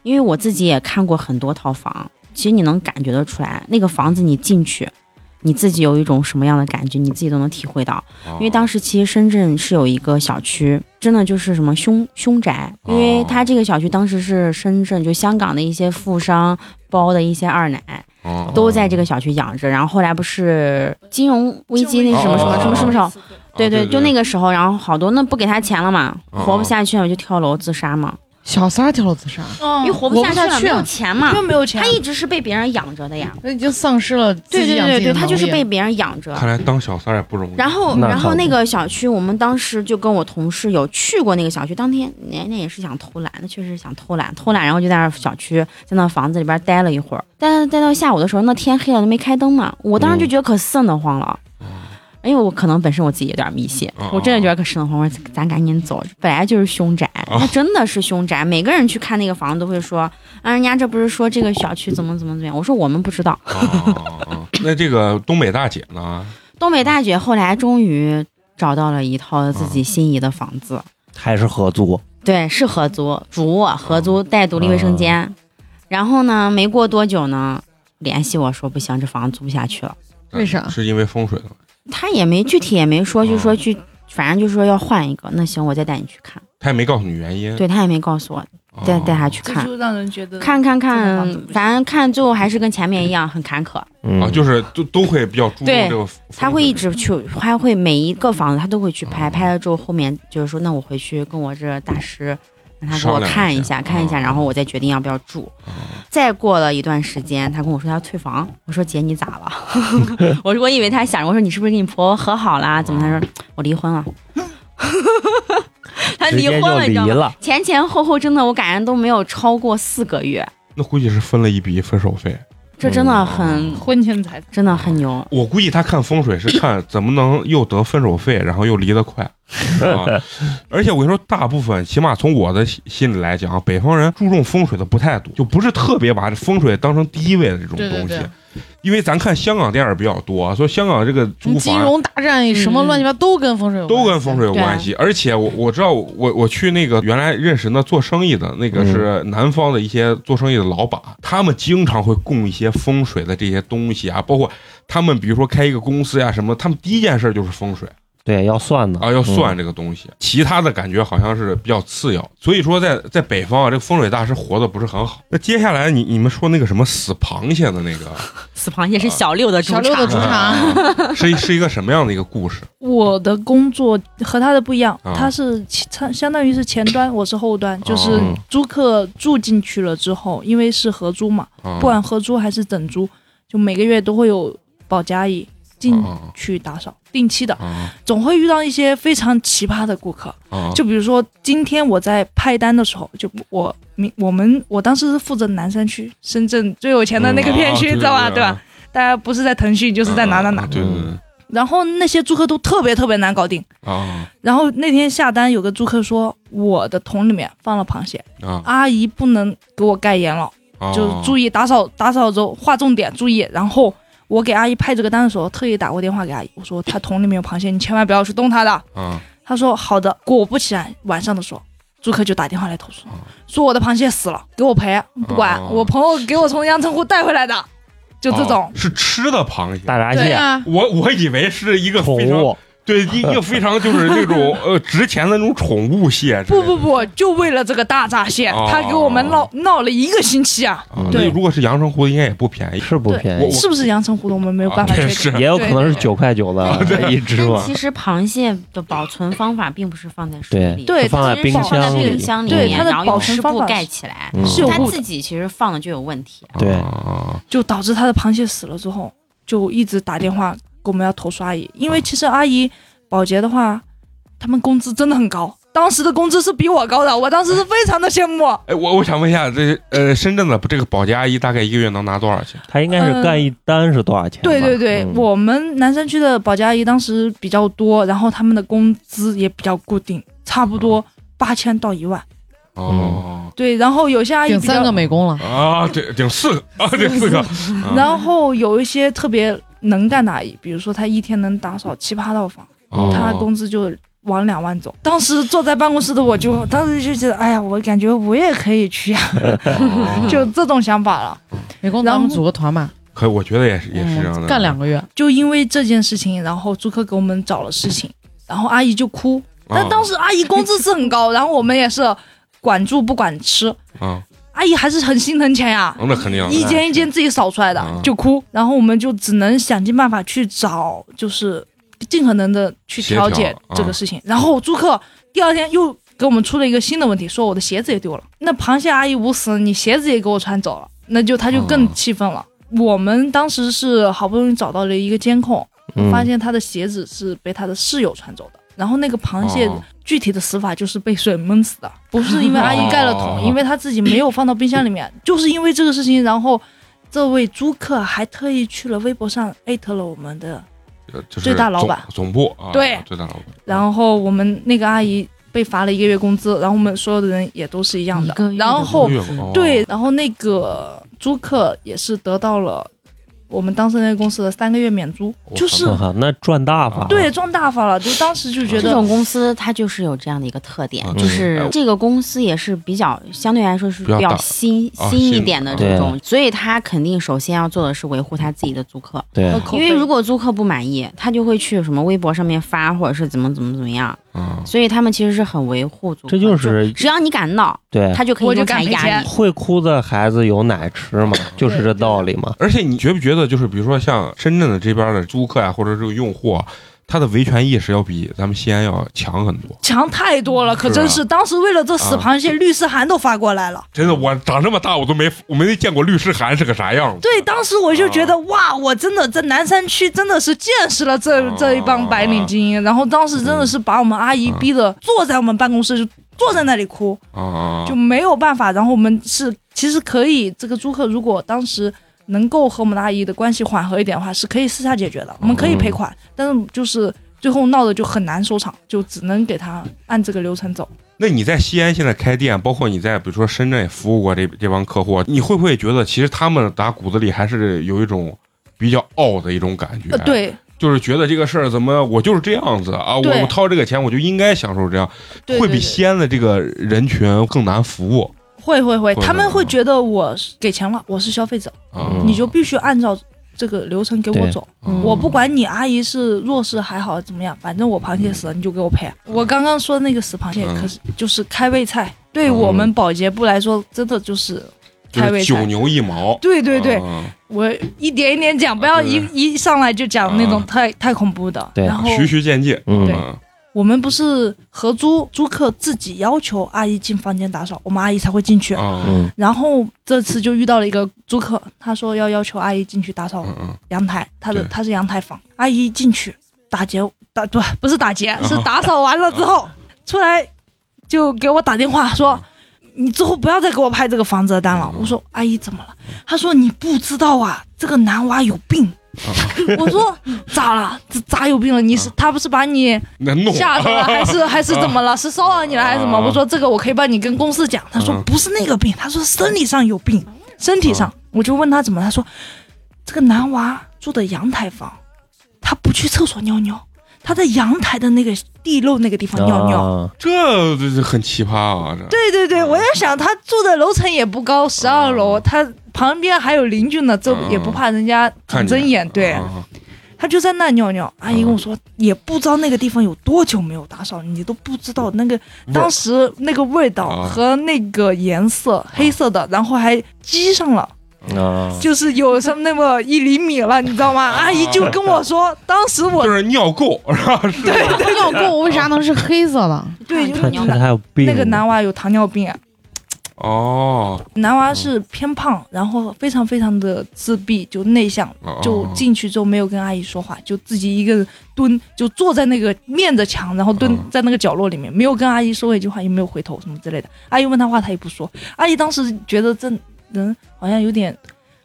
Speaker 5: 因为我自己也看过很多套房，其实你能感觉得出来，那个房子你进去。你自己有一种什么样的感觉，你自己都能体会到。
Speaker 1: 哦
Speaker 5: 因为当时其实深圳是有一个小区，真的就是什么凶凶宅，因为
Speaker 1: 哦
Speaker 5: 它这个小区当时是深圳就香港的一些富商包的一些二奶，
Speaker 1: 哦
Speaker 5: 都在这个小区养着。然后后来不是金融危机那
Speaker 1: 哦
Speaker 5: 什么什么什么什么时候？对
Speaker 1: 对
Speaker 5: 对，就那个时候，然后好多那不给他钱了嘛，
Speaker 1: 哦
Speaker 5: 活不下去了就跳楼自杀嘛。
Speaker 4: 小三儿跳楼自杀，
Speaker 5: 你
Speaker 6: 嗯，
Speaker 5: 活不下去
Speaker 4: 我不下
Speaker 5: 了，
Speaker 4: 去
Speaker 5: 没
Speaker 4: 啊
Speaker 5: 有钱嘛
Speaker 6: 又。没有钱
Speaker 5: 他，一直是被别人养着的呀。
Speaker 4: 他已经丧失了自
Speaker 5: 对
Speaker 4: 己
Speaker 5: 对
Speaker 4: 养
Speaker 5: 对
Speaker 4: 自己的
Speaker 5: 对，他就是
Speaker 4: 能力
Speaker 5: 被别人养着。
Speaker 1: 看来当小三儿也不容易。
Speaker 5: 然后，
Speaker 3: 那
Speaker 5: 然
Speaker 3: 差
Speaker 5: 后
Speaker 3: 不
Speaker 5: 那
Speaker 3: 多
Speaker 5: 个小区，我们当时就跟我同事有去过那个小区，当天那那也是想偷懒，那确实想偷懒，偷懒，然后就在那儿小区，在那房子里边待了一会儿，待待到下午的时候，那天黑了都没开灯嘛，我当时就觉得可瘆得慌了。因为我可能本身我自己有点迷信，
Speaker 1: 哦
Speaker 5: 我真的觉得可瘆得慌。我说咱赶紧走， 本来就是凶宅，
Speaker 1: 哦
Speaker 5: 它真的是凶宅。每个人去看那个房子都会说，啊，人家这不是说这个小区怎么怎么怎么样？我说我们不知道。
Speaker 1: 啊，哦那这个东北大姐呢？
Speaker 5: 东北大姐后来终于找到了一套自己心仪的房子，
Speaker 3: 还是合
Speaker 1: 哦
Speaker 3: 租，
Speaker 5: 对，是合租，主卧合租带独立卫生间。然后呢，没过多久呢，联系我说不行，这房子租不下去了。
Speaker 4: 为啥
Speaker 1: 是因为风水的问题，
Speaker 5: 他也没具体也没说，
Speaker 1: 嗯
Speaker 5: 就说去，反正就说要换一个。那行，我再带你去看。
Speaker 1: 她也没告诉你原因。
Speaker 5: 对他也没告诉我，
Speaker 1: 哦，
Speaker 5: 带带他去
Speaker 6: 这
Speaker 5: 看，
Speaker 6: 嗯就让人觉得
Speaker 5: 看看看
Speaker 6: 这个房子不，行
Speaker 5: 反正看最后还是跟前面一样很坎坷。
Speaker 3: 嗯
Speaker 1: 啊，就是都都会比较注重
Speaker 5: 对
Speaker 1: 这个风水，
Speaker 5: 他会一直去，他会每一个房子他都会去拍，拍了之后后面就是说，那我回去跟我这大师，让他给我
Speaker 1: 商量一
Speaker 5: 看
Speaker 1: 下
Speaker 5: 一下，看一
Speaker 3: 哦
Speaker 5: 下，
Speaker 1: 嗯
Speaker 5: 然后我再决定要不要住。再过了一段时间，他跟我说他要退房，我说姐你咋了？ 我说我以为他想着我说你是不是跟你婆婆和好啦？怎么？他
Speaker 3: 哦
Speaker 5: 说我离婚了。
Speaker 6: 哎
Speaker 5: 他
Speaker 3: 直
Speaker 5: 离
Speaker 3: 接
Speaker 5: 婚
Speaker 3: 就
Speaker 5: 了，你知
Speaker 3: 离
Speaker 5: 道吗？
Speaker 3: 了，
Speaker 5: 前前后后真的，我感觉都没有超过四个月，
Speaker 1: 那估计是分了一笔分手费。
Speaker 5: 这真的很、
Speaker 3: 哦
Speaker 6: 婚前财
Speaker 5: 真的很牛。
Speaker 1: 我估计他看风水 是看怎么能又得分手费，然后又离得快。 啊、而且我跟你说，大部分起码从我的心心里来讲啊，北方人注重风水的不太多，就不是特别把风水当成第一位的这种
Speaker 4: 对
Speaker 1: 东
Speaker 4: 对
Speaker 1: 西。
Speaker 4: 对
Speaker 1: 因为咱看香港电影比较多，所以香港这个
Speaker 4: 什
Speaker 1: 租
Speaker 4: 么金
Speaker 1: 房啊
Speaker 4: 融大战什么乱七八糟都跟风水有关
Speaker 1: 都
Speaker 4: 系
Speaker 1: 跟风水有关系。而且我我知道我，我去那个原来认识那做生意的那个
Speaker 3: 嗯
Speaker 1: 是南方的一些做生意的老板，他们经常会供一些风水的这些东西啊，包括他们比如说开一个公司呀、什么，他们第一件事就是风水
Speaker 3: 对，要算的
Speaker 1: 啊，要算
Speaker 3: 嗯
Speaker 1: 这个东西，其他的感觉好像是比较次要。所以说在在北方啊，这个风水大师活的不是很好。那接下来你你们说那个什么死螃蟹的那个，
Speaker 5: 死螃蟹是小六的主
Speaker 4: 小六的
Speaker 5: 场
Speaker 4: 主场
Speaker 1: 啊是是一个什么样的一个故事？
Speaker 6: 我的工作和他的不一样，
Speaker 1: 啊
Speaker 6: 他是相相当于是前端，我是后端，就是
Speaker 1: 哦
Speaker 6: 租客住进去了之后，因为是合租嘛，
Speaker 1: 啊、
Speaker 6: 不管合租还是整租，就每个月都会有保洁阿姨进
Speaker 1: 啊
Speaker 6: 去打扫，定期的，
Speaker 1: 啊
Speaker 6: 总会遇到一些非常奇葩的顾客。
Speaker 1: 啊，
Speaker 6: 就比如说今天我在派单的时候，就我明我们我当时是负责南山区，深圳最有钱的
Speaker 1: 嗯
Speaker 6: 那个
Speaker 1: 啊
Speaker 6: 片区，知道吧？对吧？？大家不是在腾讯就是在哪哪哪。
Speaker 1: 对对对
Speaker 6: 然后那些租客都特别特别难搞定。
Speaker 3: 嗯
Speaker 1: 啊
Speaker 6: 然后那天下单，有个租客说我的桶里面放了螃蟹，
Speaker 1: 啊
Speaker 6: 阿姨不能给我盖严了，
Speaker 1: 啊！
Speaker 6: 就注意打扫打扫之后划重点，注意。然后我给阿姨派这个单的时候，特意打过电话给阿姨，我说她桶里面有螃蟹，你千万不要去动它的。
Speaker 1: 啊
Speaker 6: 她说好的。果不其然，晚上的时候。租客就打电话来投诉，说我的螃蟹死了，给我赔，不管，
Speaker 1: 哦
Speaker 6: 我朋友给我从阳澄湖带回来的，就这种
Speaker 1: 哦。是吃的螃蟹。
Speaker 3: 大闸
Speaker 4: 对
Speaker 3: 蟹、
Speaker 4: 啊，
Speaker 1: 我我以为是一个
Speaker 3: 宠
Speaker 1: 非常
Speaker 3: 物，
Speaker 1: 对一一个非常就是那种 呃值钱的那种宠物蟹之类
Speaker 6: 不
Speaker 1: 的。
Speaker 6: 不不，就为了这个大闸蟹，
Speaker 1: 哦
Speaker 6: 他给我们闹闹了一个星期啊！
Speaker 1: 啊，那
Speaker 6: 对
Speaker 1: 如果是阳澄湖，应该也不便宜。
Speaker 3: 是不
Speaker 6: 对
Speaker 3: 便
Speaker 1: 我
Speaker 3: 宜，
Speaker 6: 是不是阳澄湖的？我们没有办法
Speaker 1: 啊真
Speaker 6: 确定。
Speaker 1: 是
Speaker 3: 也有可能是
Speaker 6: 对
Speaker 3: 九块 九的一只
Speaker 5: 但
Speaker 3: 嘛
Speaker 5: 其。实螃蟹的保存方法并不是放在水里，
Speaker 6: 对
Speaker 5: 其实
Speaker 3: 放在
Speaker 5: 是
Speaker 3: 冰
Speaker 5: 放在
Speaker 3: 箱里
Speaker 5: 冰箱里
Speaker 6: 对
Speaker 5: 面
Speaker 6: 它的
Speaker 5: 然后用
Speaker 6: 保存
Speaker 5: 湿
Speaker 6: 方
Speaker 5: 布
Speaker 6: 法
Speaker 5: 盖
Speaker 6: 是
Speaker 5: 起来。
Speaker 3: 嗯
Speaker 6: 是有
Speaker 5: 它
Speaker 6: 误
Speaker 5: 自己其实放了就有问题，
Speaker 3: 对
Speaker 1: 啊
Speaker 6: 就导致他的螃蟹死了之后，就一直打电话给我们要投诉阿姨，因为其实阿姨保洁的话，他们工资真的很高，当时的工资是比我高的，我当时是非常的羡慕。
Speaker 1: 哎，我我想问一下，这呃深圳的这个保洁阿姨大概一个月能拿多少钱？
Speaker 3: 他应该是干一单是多少钱吧？
Speaker 6: 嗯对对对，
Speaker 3: 嗯
Speaker 6: 我们南山区的保洁阿姨当时比较多，然后他们的工资也比较固定，差不多八千到一万。
Speaker 1: 哦
Speaker 6: 对，然后有些阿姨
Speaker 4: 顶
Speaker 6: 比较
Speaker 4: 三个美
Speaker 3: 嗯
Speaker 4: 工了，
Speaker 1: 啊，顶顶四个啊，顶四个啊
Speaker 6: 然后有一些特别能干的阿姨，比如说她一天能打扫七八套房，
Speaker 1: 哦
Speaker 6: 她的工资就往两万走。当时坐在办公室的我就，当时就觉得，哎呀，我感觉我也可以去呀、啊
Speaker 1: 哦
Speaker 6: 就这种想法了。
Speaker 4: 美工
Speaker 6: 然
Speaker 4: 咱
Speaker 6: 后
Speaker 4: 们组个团吧，嗯
Speaker 1: 可我觉得也是也是这
Speaker 6: 嗯
Speaker 1: 样的，啊
Speaker 4: 干两个月，
Speaker 6: 就因为这件事情，然后租客给我们找了事情，然后阿姨就哭。
Speaker 1: 啊。
Speaker 6: 但当时阿姨工资是很高，然后我们也是管住不管吃，
Speaker 1: 啊，
Speaker 6: 阿姨还是很心疼钱呀、
Speaker 1: 嗯那肯定
Speaker 6: 一
Speaker 1: 的哎
Speaker 6: 间一间自己扫出来的
Speaker 1: 嗯，
Speaker 6: 就哭。然后我们就只能想尽办法去找，就是尽可能的去调
Speaker 1: 协
Speaker 6: 解
Speaker 1: 调嗯
Speaker 6: 这个事情。然后租客第二天又给我们出了一个新的问题，说我的鞋子也丢了。那螃蟹阿姨无死，你鞋子也给我穿走了，那就她就
Speaker 1: 嗯
Speaker 6: 更气愤了。我们当时是好不容易找到了一个监控，
Speaker 3: 嗯
Speaker 6: 发现她的鞋子是被她的室友穿走的。然后那个螃蟹
Speaker 1: 哦
Speaker 6: 具体的死法就是被水闷死的，不是因为阿姨盖了桶，
Speaker 1: 哦
Speaker 6: 因为她自己没有放到冰箱 里面，就是因为这个事情，然后这位租客还特意去了微博上艾特了我们的，
Speaker 1: 呃就是
Speaker 6: 最大老板
Speaker 1: 总总部啊，
Speaker 6: 对
Speaker 1: 最大老板。
Speaker 6: 然后我们那个阿姨被罚了一个月工资，然后我们所有的人也都是一样的
Speaker 5: 一个，月的
Speaker 6: 然后
Speaker 5: 工
Speaker 1: 月光哦
Speaker 6: 对，然后那个租客也是得到了我们当时那个公司的三个月免租，
Speaker 1: 我
Speaker 6: 就 是
Speaker 3: 我靠，嗯那赚
Speaker 1: 啊
Speaker 3: 大发了。
Speaker 6: 对撞大发了，就当时就觉
Speaker 5: 这
Speaker 6: 得
Speaker 5: 种公司它就是有这样的一个特点，
Speaker 1: 嗯
Speaker 5: 就是这个公司也是比较相对来说是
Speaker 1: 比较
Speaker 5: 比较
Speaker 1: 大
Speaker 5: 新
Speaker 1: 啊
Speaker 5: 新一
Speaker 1: 新
Speaker 5: 点的
Speaker 1: 的
Speaker 5: 这种，所以他肯定首先要做的是维护他自己的租客，
Speaker 3: 对
Speaker 6: 和，口
Speaker 5: 因
Speaker 6: 碑
Speaker 5: 为如果租客不满意，他就会去什么微博上面发，或者是怎么怎么怎么样，
Speaker 1: 嗯，
Speaker 5: 所以他们其实是很维护租客，
Speaker 3: 这就是
Speaker 5: 只要你敢闹，
Speaker 3: 对
Speaker 5: 他就可
Speaker 8: 我
Speaker 5: 以
Speaker 8: 就
Speaker 5: 用
Speaker 8: 敢
Speaker 5: 钱
Speaker 8: 赔
Speaker 5: 压
Speaker 8: 钱
Speaker 5: 你。
Speaker 3: 会哭的孩子有奶吃嘛，就是这道理嘛。
Speaker 1: 而且你觉不觉得，就是比如说像深圳的这边的租客啊，或者这个用户啊，他的维权意识要比咱们西安要强很多。
Speaker 6: 强太多了，可
Speaker 1: 是
Speaker 6: 真
Speaker 1: 啊
Speaker 6: 是。当时为了这死
Speaker 1: 啊
Speaker 6: 螃蟹，律师函都发过来了。
Speaker 1: 真的，我长这么大我都没我没见过律师函是个啥样子。
Speaker 6: 对，当时我就觉得、
Speaker 1: 啊
Speaker 6: 哇，我真的在南山区真的是见识了这、
Speaker 1: 啊
Speaker 6: 这一帮白领精英，然后当时真的是把我们阿姨逼的坐在我们办公室就坐在那里哭，
Speaker 1: 啊啊，
Speaker 6: 就没有办法。然后我们是其实可以，这个租客如果当时能够和我们的阿姨的关系缓和一点的话，是可以私下解决的，我们
Speaker 1: 啊
Speaker 6: 可以赔款，但是就是最后闹的就很难收场，就只能给他按这个流程走。
Speaker 1: 那你在西安现在开店，包括你在比如说深圳也服务过这这帮客户，啊你会不会觉得其实他们打骨子里还是有一种比较傲的一种感觉？啊
Speaker 6: 呃，，对
Speaker 1: 就是觉得这个事儿怎么我就是这样子啊，我
Speaker 6: 对
Speaker 1: 我掏这个钱我就应该享受这样，
Speaker 6: 对，
Speaker 1: 会
Speaker 6: 对
Speaker 1: 比
Speaker 6: 对
Speaker 1: 西安的这个人群更难服务
Speaker 6: 会会会，
Speaker 1: 会
Speaker 6: 他们
Speaker 1: 的
Speaker 6: 会
Speaker 1: 嗯
Speaker 6: 觉得我给钱了，我是消费者。
Speaker 1: 啊。
Speaker 3: 嗯
Speaker 6: 你就必须按照这个流程给我
Speaker 3: 对
Speaker 6: 走。
Speaker 1: 嗯
Speaker 6: 我不管你阿姨是弱势还好怎么样，反正我螃蟹死了你就给我赔。我刚刚说那个死螃蟹，
Speaker 1: 嗯
Speaker 6: 可是就是开胃菜，对我们保洁部来说，真的就是
Speaker 1: 就
Speaker 6: 开胃
Speaker 1: 是九
Speaker 6: 菜。
Speaker 1: 牛一毛。
Speaker 6: 对对对，
Speaker 1: 啊
Speaker 6: 我一点一点讲，不要一
Speaker 1: 对
Speaker 6: 一上来就讲那种
Speaker 1: 嗯
Speaker 6: 太太恐怖的。
Speaker 3: 对
Speaker 6: 然后
Speaker 1: 循序渐进。
Speaker 3: 嗯
Speaker 6: 对我们不是合租，租客自己要求阿姨进房间打扫，我们阿姨才会进去。
Speaker 1: 啊，
Speaker 3: 嗯
Speaker 6: 然后这次就遇到了一个租客，他说要要求阿姨进去打扫
Speaker 1: 嗯嗯，
Speaker 6: 阳台，他的
Speaker 1: 对
Speaker 6: 他是阳台房，阿姨进去打劫打不不是打劫，是打扫完了之后出来就给我打电话说。你之后不要再给我拍这个房子的单了。我说阿姨怎么了？她说你不知道啊，这个男娃有病。 我说咋了？这咋有病了？你是他不是把你
Speaker 1: 那弄
Speaker 6: 吓着了，还是 还是怎么了？是骚扰你了还是什么？
Speaker 1: 啊
Speaker 6: 我说这个我可以帮你跟公司讲。他说
Speaker 1: 嗯
Speaker 6: 不是那个病，他说生理上有病，身体上。我就问他怎么，他说这个男娃住的阳台房，他不去厕所尿尿，他在阳台的那个地漏那个地方尿尿。
Speaker 3: 啊，
Speaker 1: 这这这很奇葩啊！这
Speaker 6: 对对对，我在想他住的楼层也不高，十二楼，
Speaker 1: 啊
Speaker 6: 他旁边还有邻居呢，这
Speaker 1: 啊
Speaker 6: 也不怕人家
Speaker 1: 看
Speaker 6: 长
Speaker 1: 见
Speaker 6: 针眼。对，
Speaker 1: 啊
Speaker 6: 他就在那尿尿。阿姨
Speaker 1: 啊
Speaker 6: 跟我说，也不知道那个地方有多久没有打扫，你都不知道那个
Speaker 1: 味儿
Speaker 6: 当时那个味道
Speaker 1: 啊
Speaker 6: 和那个颜色，黑色的，然后还积上了，
Speaker 3: 啊，
Speaker 6: 就是有什么那么一厘米了，你知道吗？阿姨就跟我说，当时我
Speaker 1: 就是尿垢， 然后是
Speaker 4: 尿垢为啥能是黑色的？
Speaker 6: 对
Speaker 3: 他
Speaker 6: 就
Speaker 3: 他
Speaker 6: 是
Speaker 3: 他有病，
Speaker 6: 那个男娃有糖尿病，
Speaker 1: 哦，
Speaker 6: 男娃是偏胖，然后非常非常的自闭，就内向，
Speaker 1: 哦
Speaker 6: 就进去之后没有跟阿姨说话，就自己一个人蹲，就坐在那个面着墙，然后蹲
Speaker 1: 嗯
Speaker 6: 在那个角落里面，没有跟阿姨说一句话，也没有回头什么之类的。阿姨问他话，他也不说。阿姨当时觉得这人好像有点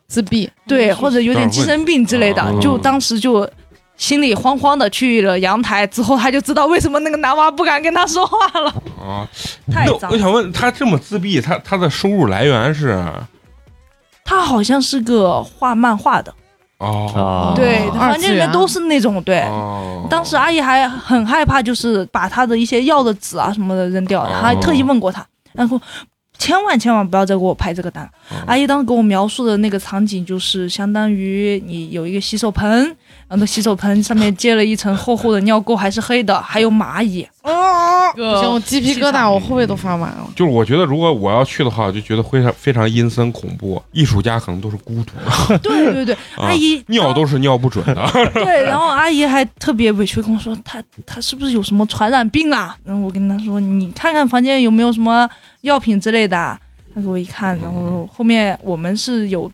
Speaker 4: 自闭，
Speaker 6: 对，或者有点精神病之类的
Speaker 1: 嗯，
Speaker 6: 就当时就心里慌慌的去了阳台，之后他就知道为什么那个男娃不敢跟他说话了，
Speaker 1: 啊，
Speaker 6: 太
Speaker 1: 那
Speaker 6: 脏
Speaker 1: 我。想问他这么自闭，他他的收入来源是
Speaker 6: 他好像是个画漫画的，
Speaker 1: 哦
Speaker 3: 啊，
Speaker 6: 对，
Speaker 4: 哦二
Speaker 6: 房间里
Speaker 4: 次
Speaker 6: 面
Speaker 4: 元
Speaker 6: 都是那种对。
Speaker 1: 哦，
Speaker 6: 当时阿姨还很害怕，就是把她的一些药的纸啊什么的扔掉，
Speaker 1: 哦
Speaker 6: 她还特意问过她，然后千万千万不要再给我拍这个单。
Speaker 1: 哦
Speaker 6: 阿姨当时给我描述的那个场景，就是相当于你有一 个洗手盆，然后那洗手盆上面接了一层厚厚的尿垢，还是黑的，还有蚂蚁，啊，
Speaker 4: 不行，我鸡嗯皮疙瘩，我后背都发麻了。
Speaker 1: 就是我觉得如果我要去的话，我就觉得非常非常阴森恐怖。艺术家可能都是孤独的，
Speaker 6: 对对对，阿姨
Speaker 1: 啊尿都是尿不准的。
Speaker 6: 对，然后阿姨还特别委屈跟我说，她她是不是有什么传染病啊？然后我跟她说，你看看房间有没有什么药品之类的啊。她给我一看，然后后面我们是有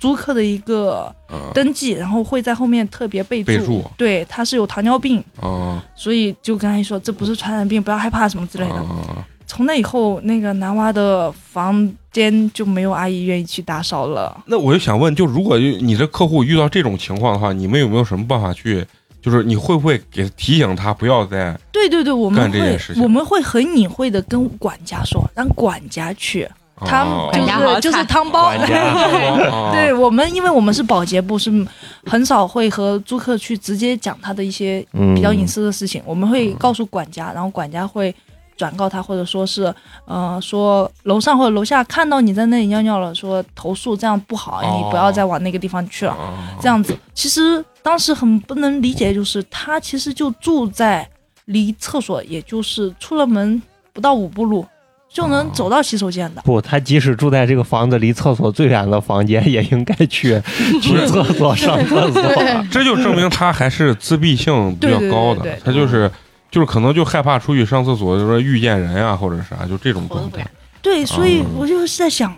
Speaker 6: 租租客的一个
Speaker 1: 嗯
Speaker 6: 登记，然后会在后面特别备注，
Speaker 1: 备注
Speaker 6: 对，她是有糖尿病，
Speaker 1: 啊
Speaker 6: 所以就跟阿姨说这不是传染病，不要害怕什么之类的。
Speaker 1: 啊！
Speaker 6: 从那以后，那个男娃的房间就没有阿姨愿意去打扫了。
Speaker 1: 那我就想问，就如果你这客户遇到这种情况的话，你们有没有什么办法去？就是你会不会给提醒他不要再
Speaker 6: 对对对，我们
Speaker 1: 干这
Speaker 6: 会
Speaker 1: 件事情
Speaker 6: 我们会很隐晦的跟管家说，让管家去，他们
Speaker 1: 哦
Speaker 6: 就
Speaker 5: 管家好
Speaker 6: 是
Speaker 5: 惨
Speaker 6: 就是汤包。
Speaker 3: 管家
Speaker 1: 哦
Speaker 6: 对我们，因为我们是保洁部，是很少会和租客去直接讲他的一些
Speaker 3: 嗯
Speaker 6: 比较隐私的事情，我们会告诉管家，然后管家会转告他，或者说是呃说楼上或者楼下看到你在那里尿尿了，说投诉这样不好，哎
Speaker 1: 哦
Speaker 6: 你不要再往那个地方去了。
Speaker 1: 哦
Speaker 6: 这样子，其实当时很不能理解，就是他其实就住在离厕所，也就是出了门不到五步路就
Speaker 1: 哦
Speaker 6: 能走到洗手间的。
Speaker 2: 不，他即使住在这个房子离厕所最远的房间，也应该 去去厕所上厕所。
Speaker 1: 这就证明他还是自闭性比较高的，
Speaker 6: 对对对对
Speaker 1: 他就是就是可能就害怕出去上厕所，就说遇见人啊或者啥，就这种
Speaker 5: 我都
Speaker 1: 状
Speaker 5: 不
Speaker 1: 态
Speaker 6: 哦
Speaker 5: 敢。。
Speaker 6: 对，所
Speaker 1: 哦
Speaker 6: 以我就是在想，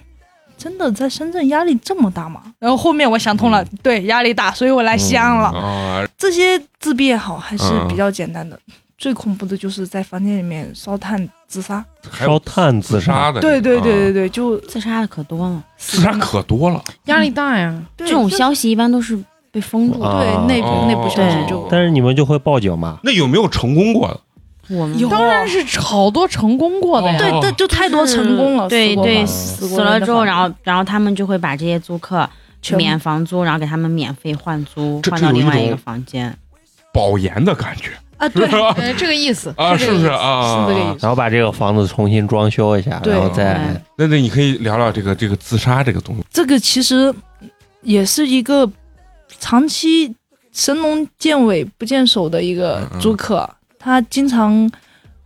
Speaker 6: 真的在深圳压力这么大吗？然后后面我想
Speaker 1: 嗯
Speaker 6: 通了，对，压力大，所以我来西安了。
Speaker 1: 啊，
Speaker 6: 这些自闭也好，还是
Speaker 1: 嗯
Speaker 6: 比较简单的。最恐怖的就是在房间里面烧炭自杀，
Speaker 1: 还有
Speaker 2: 烧炭自
Speaker 1: 自
Speaker 2: 杀，
Speaker 1: 杀的，
Speaker 6: 对对对对
Speaker 1: 啊，
Speaker 6: 对，就
Speaker 5: 自杀的可多了，
Speaker 1: 自杀可多了。
Speaker 4: 压力大呀，
Speaker 6: 这
Speaker 5: 这种消息一般都是被封住的。
Speaker 6: 对
Speaker 2: 啊
Speaker 6: 内部
Speaker 1: 哦
Speaker 6: 内部消息就
Speaker 2: 但是你们就会报警吗？
Speaker 1: 那有没有成功过的？
Speaker 5: 我们
Speaker 4: 当然是好多成功过的
Speaker 1: 嗯
Speaker 4: 呀。
Speaker 1: 哦
Speaker 6: 对，但就太多成功了，
Speaker 5: 对
Speaker 6: 死过
Speaker 5: 对，
Speaker 6: 吧
Speaker 5: 死
Speaker 6: 死
Speaker 5: 死了之后，
Speaker 6: 过人的
Speaker 5: 然后然后他们就会把这些租客
Speaker 6: 全部
Speaker 5: 免房租，然后给他们免费换租，
Speaker 1: 这
Speaker 5: 换
Speaker 1: 这
Speaker 5: 到
Speaker 1: 有一
Speaker 5: 另外
Speaker 1: 种
Speaker 5: 一个房间。
Speaker 1: 保研的感觉，
Speaker 6: 啊，
Speaker 1: 是
Speaker 6: 对
Speaker 1: 不是啊？
Speaker 4: 哎对，这个意思
Speaker 1: 啊，是
Speaker 4: 这个
Speaker 1: 不
Speaker 4: 意
Speaker 1: 是
Speaker 4: 思
Speaker 1: 啊？
Speaker 6: 是这个意思
Speaker 2: 然后把这个房子重新装修一下，
Speaker 6: 对哎
Speaker 2: 然后再
Speaker 5: 对
Speaker 1: 那那你可以聊聊这个这个自杀这个东西。
Speaker 6: 这个其实也是一个长期神龙见尾不见首的一个租客，他经常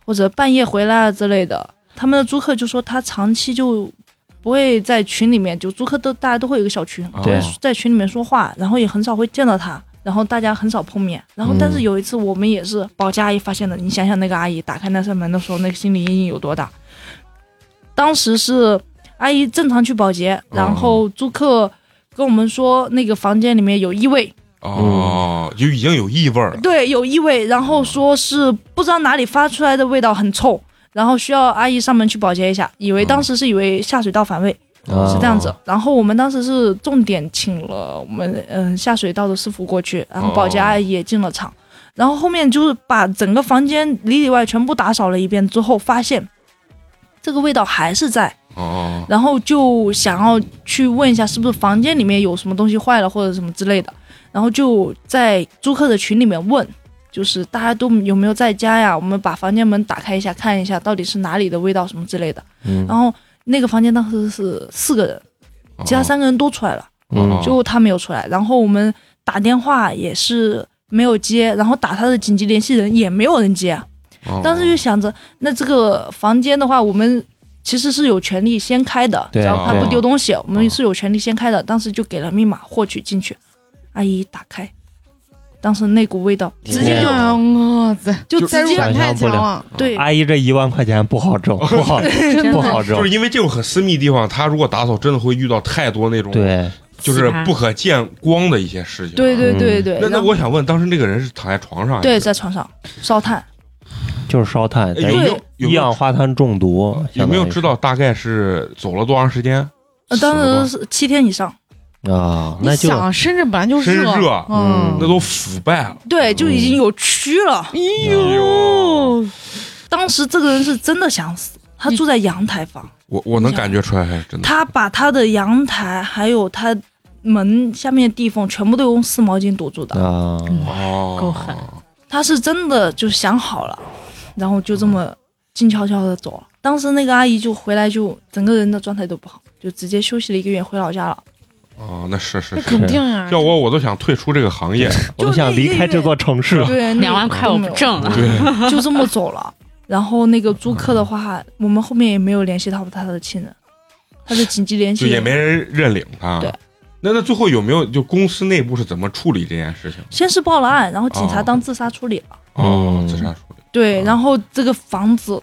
Speaker 6: 或者半夜回来啊之类的，他们的租客就说他长期就不会在群里面，就租客都大家都会有一个小群，
Speaker 1: 啊
Speaker 2: 对
Speaker 6: 在群里面说话，然后也很少会见到他。然后大家很少碰面，然后但是
Speaker 2: 嗯
Speaker 6: 有一次我们也是保洁阿姨发现的，你想想那个阿姨打开那扇门的时候，那个心理阴影有多大？当时是阿姨正常去保洁，然后租客跟我们说那个房间里面有异味，
Speaker 1: 哦，就已经有异味了。
Speaker 6: 对，有异味，然后说是不知道哪里发出来的味道很臭，然后需要阿姨上门去保洁一下，以为当时是以为下水道反味，
Speaker 2: 啊
Speaker 6: 是这样子。然后我们当时是重点请了我们嗯、下水道的师傅过去，然后保洁阿姨也进了场，然后后面就是把整个房间里里外全部打扫了一遍之后，发现这个味道还是在。
Speaker 1: 哦，
Speaker 6: 然后就想要去问一下是不是房间里面有什么东西坏了或者什么之类的，然后就在租客的群里面问，就是大家都有没有在家呀？我们把房间门打开一下，看一下到底是哪里的味道什么之类的。
Speaker 2: 嗯
Speaker 6: 然后那个房间当时是四个人，
Speaker 1: 哦
Speaker 6: 其他三个人都出来了，
Speaker 2: 嗯
Speaker 1: 哦
Speaker 6: 最后他没有出来。然后我们打电话也是没有接，然后打他的紧急联系人也没有人接啊。
Speaker 1: 哦
Speaker 6: 当时就想着，那这个房间的话，我们其实是有权利先开的，只
Speaker 2: 对
Speaker 6: 要他不
Speaker 1: 对
Speaker 6: 丢东西，我
Speaker 1: 嗯
Speaker 6: 们是有权利先开的。当时就给了密码获取进去，阿姨打开，当时那股味道直接
Speaker 2: 就
Speaker 4: 哎我操，
Speaker 6: 就
Speaker 4: 代
Speaker 6: 直
Speaker 4: 入
Speaker 6: 接
Speaker 4: 感太强了。
Speaker 6: 对
Speaker 1: 哎
Speaker 2: 阿姨这一万块钱不好挣，不好
Speaker 4: 的
Speaker 2: 不好
Speaker 1: 就
Speaker 2: 挣
Speaker 1: 是。因为这种很私密的地方，他如果打扫，真的会遇到太多那种
Speaker 2: 对，
Speaker 1: 就是
Speaker 5: 奇葩
Speaker 1: 不可见光的一些事情。啊
Speaker 6: 对对对对，
Speaker 1: 那那
Speaker 6: 然后
Speaker 1: 我想问，当时那个人是躺在床上还是？
Speaker 6: 对在床上烧炭，
Speaker 2: 就是烧炭，
Speaker 1: 哎有没有有
Speaker 2: 一
Speaker 1: 没
Speaker 2: 氧
Speaker 1: 有
Speaker 2: 化碳中毒，
Speaker 1: 有没有知
Speaker 2: 相
Speaker 1: 道大概是走了多长时间？死
Speaker 6: 呃
Speaker 1: 了
Speaker 6: 当
Speaker 1: 多
Speaker 6: 时是七天以上，
Speaker 2: 当于是啊？
Speaker 4: 你
Speaker 2: 那就
Speaker 4: 想，深圳本来就
Speaker 1: 深
Speaker 4: 热，
Speaker 1: 热啊
Speaker 2: 嗯
Speaker 4: 嗯，
Speaker 1: 那都腐败了。
Speaker 6: 对，就已经有蛆了。
Speaker 2: 哎
Speaker 1: 哎呦，
Speaker 6: 当时这个人是真的想死，他住在阳台房。
Speaker 1: 我我能感觉出来，还是真的。
Speaker 6: 他把他的阳台还有他门下面的地缝全部都用湿毛巾堵住
Speaker 1: 嗯
Speaker 6: 的。
Speaker 2: 啊，
Speaker 1: 哦，
Speaker 5: 够狠
Speaker 6: 他是真的就想好了，然后就这么静悄悄的走了。当时那个阿姨就回来，就整个人的状态都不好，就直接休息了一个月，回老家 了。
Speaker 1: 哦，那是是
Speaker 4: 那
Speaker 1: 是
Speaker 4: 肯，定啊呀。
Speaker 1: 要我我都想退出这个行业。
Speaker 2: 我都想离开这座城市了。
Speaker 6: 对，那嗯
Speaker 5: 两万块我不挣了，
Speaker 1: 对，
Speaker 6: 就这么走了。然后那个租客的话，我们后面也没有联系到他的亲人，他的紧急联系
Speaker 1: 就也没人认领他。
Speaker 6: 对。
Speaker 1: 那那最后有没有就公司内部是怎么处理这件事情？
Speaker 6: 先是报了案，然后警察
Speaker 1: 哦
Speaker 6: 当自杀处理了。
Speaker 1: 哦，
Speaker 3: 嗯
Speaker 1: 自杀处理
Speaker 6: 对，
Speaker 1: 哦
Speaker 6: 然后这个房子，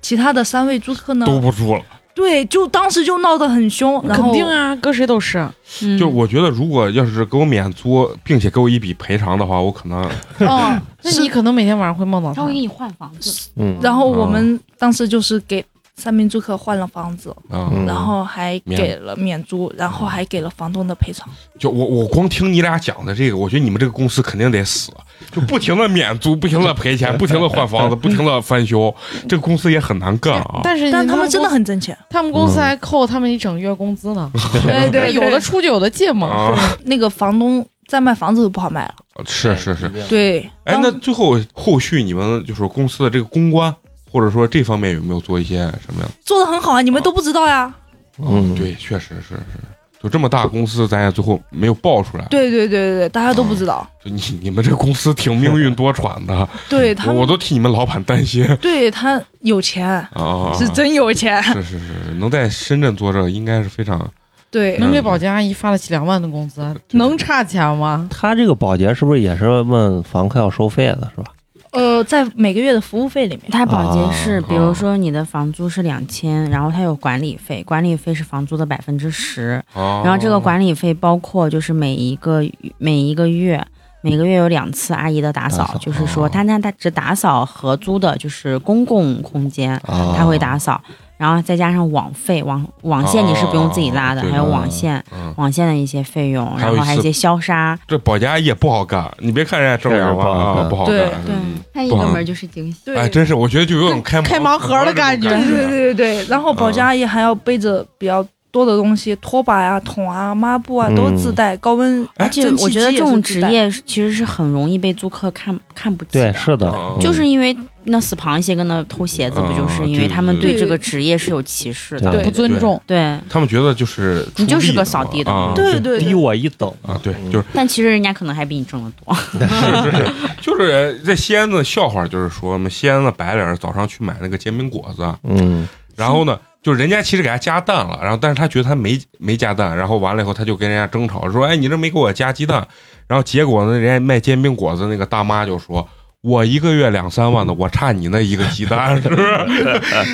Speaker 6: 其他的三位租客
Speaker 1: 嗯
Speaker 6: 呢，
Speaker 1: 兜不住了。
Speaker 6: 对，就当时就闹得很凶，然后
Speaker 4: 肯定啊，搁谁 都是。
Speaker 5: 嗯
Speaker 1: 就我觉得，如果要是给我免租，并且给我一笔赔偿的话，我可能啊
Speaker 4: 哦，那你可能每天晚上会梦到
Speaker 5: 他
Speaker 4: 他
Speaker 5: 会。给你换房子，
Speaker 3: 嗯
Speaker 6: 然后我们当时就是给三名租客换了房子，
Speaker 1: 啊，
Speaker 3: 嗯
Speaker 6: 然后还
Speaker 1: 免
Speaker 6: 给了免租，然后还给了房东的赔偿。
Speaker 1: 就我我光听你俩讲的这个，我觉得你们这个公司肯定得死，就不停的免租，不停的赔钱，不停的换房子，不停的翻修，这个公司也很难干啊。
Speaker 4: 但是
Speaker 6: 但
Speaker 4: 你
Speaker 6: 他们
Speaker 4: 公
Speaker 6: 真的，很挣钱。
Speaker 4: 他们公司还扣他们一整月工资呢。
Speaker 6: 对对
Speaker 4: 有的出就有的进嘛。
Speaker 1: 嗯啊，
Speaker 6: 那个房东再卖房子都不好卖了。
Speaker 1: 是是是，，
Speaker 6: 对，
Speaker 1: 哎，
Speaker 6: 当
Speaker 1: 那最后后续你们就是公司的这个公关，或者说这方面有没有做一些什么样的？
Speaker 6: 做的很好啊，你们都不知道呀。
Speaker 3: 嗯
Speaker 1: 对，确实是是，就这么大公司，咱也最后没有爆出来。
Speaker 6: 对对对对对，大家都不知道。
Speaker 1: 就你你们这公司挺命运多舛的，
Speaker 6: 对他
Speaker 1: 我
Speaker 6: 们，
Speaker 1: 我都替你们老板担心
Speaker 6: 对他有钱，
Speaker 1: 啊。
Speaker 6: 是真有钱。
Speaker 1: 是是是，能在深圳做这个应该是非常
Speaker 6: 对，
Speaker 4: 能给保洁阿姨发得起两万的工资，能差钱吗？
Speaker 3: 他这个保洁是不是也是问房客要收费的，是吧？
Speaker 6: 呃，在每个月的服务费里面，
Speaker 5: 它保洁是，
Speaker 1: 啊
Speaker 5: 比如说你的房租是两千，然后它有管理费，管理费是房租的百分之十，
Speaker 1: 啊。
Speaker 5: 然后这个管理费包括就是每一个每一个月。每个月有两次阿姨的打扫，
Speaker 3: 打扫
Speaker 5: 就是说
Speaker 1: 哦
Speaker 5: 她那她只打扫合租的，就是公共空间，
Speaker 1: 哦
Speaker 3: 啊，
Speaker 5: 她会打扫，然后再加上网费，网网线你是不用自己拉的，
Speaker 1: 哦
Speaker 5: 还有网线
Speaker 1: 嗯，
Speaker 5: 网线的一些费用，
Speaker 1: 还
Speaker 5: 然
Speaker 1: 有一
Speaker 5: 后还有一
Speaker 1: 次
Speaker 5: 些消杀，
Speaker 1: 这保洁阿姨也不好干，你别看人家正脸吧啊，
Speaker 3: 是
Speaker 1: 不
Speaker 3: 不
Speaker 1: 好
Speaker 3: 好
Speaker 6: 干
Speaker 1: 干。
Speaker 5: 对
Speaker 1: 嗯，
Speaker 5: 她一
Speaker 1: 不好
Speaker 5: 关门就是惊喜。
Speaker 6: 对，
Speaker 1: 哎，真是，我觉得就有种开
Speaker 4: 开盲盒的
Speaker 1: 感
Speaker 4: 感觉
Speaker 6: 对对对对对，然后保洁阿姨还要背着比较多的东西，拖把呀、桶啊、抹布啊
Speaker 3: 嗯
Speaker 6: 都自带，高温
Speaker 1: 哎
Speaker 5: 就
Speaker 6: 蒸汽
Speaker 5: 我觉得
Speaker 6: 机
Speaker 5: 这
Speaker 6: 也是
Speaker 5: 种
Speaker 6: 自
Speaker 5: 职
Speaker 6: 带，
Speaker 5: 业是其实是很容易被租客看看不起
Speaker 3: 对，
Speaker 5: 的。
Speaker 3: 是的，
Speaker 1: 嗯
Speaker 5: 就是因为那死螃蟹跟那偷鞋子，不就是
Speaker 1: 嗯
Speaker 5: 因为他们
Speaker 1: 对
Speaker 5: 对这个职业是有歧视的？
Speaker 3: 对
Speaker 4: 不尊重。
Speaker 5: 对，
Speaker 1: 他们觉得就是
Speaker 5: 你就是
Speaker 1: 出力
Speaker 5: 个扫地的
Speaker 1: 嘛
Speaker 3: 嗯
Speaker 1: 啊
Speaker 6: 对对
Speaker 3: 低我一等
Speaker 1: 啊，对，就是
Speaker 5: 但其实人家可能还比你挣得多。
Speaker 1: 是是是，就是在西安的笑话，就是说我们西安的白领儿早上去买那个煎饼果子，啊
Speaker 3: 嗯，
Speaker 1: 然后呢，就是人家其实给他加蛋了，然后但是他觉得他没没加蛋，然后完了以后他就跟人家争吵说：“哎，你这没给我加鸡蛋。”然后结果呢，人家卖煎饼果子那个大妈就说：“我一个月两三万的，我差你那一个鸡蛋，是不是？”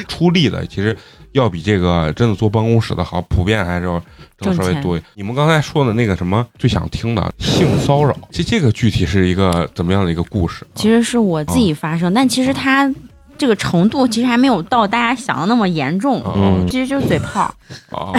Speaker 1: 出力的其实要比这个真的坐办公室的好，普遍还是要挣得稍微多一。你们刚才说的那个什么最想听的性骚扰，这这个具体是一个怎么样的一个故事？
Speaker 5: 其实是我自己发生，但其实他这个程度其实还没有到大家想的那么严重，
Speaker 1: 嗯
Speaker 5: 其实就是嘴炮，
Speaker 1: 啊，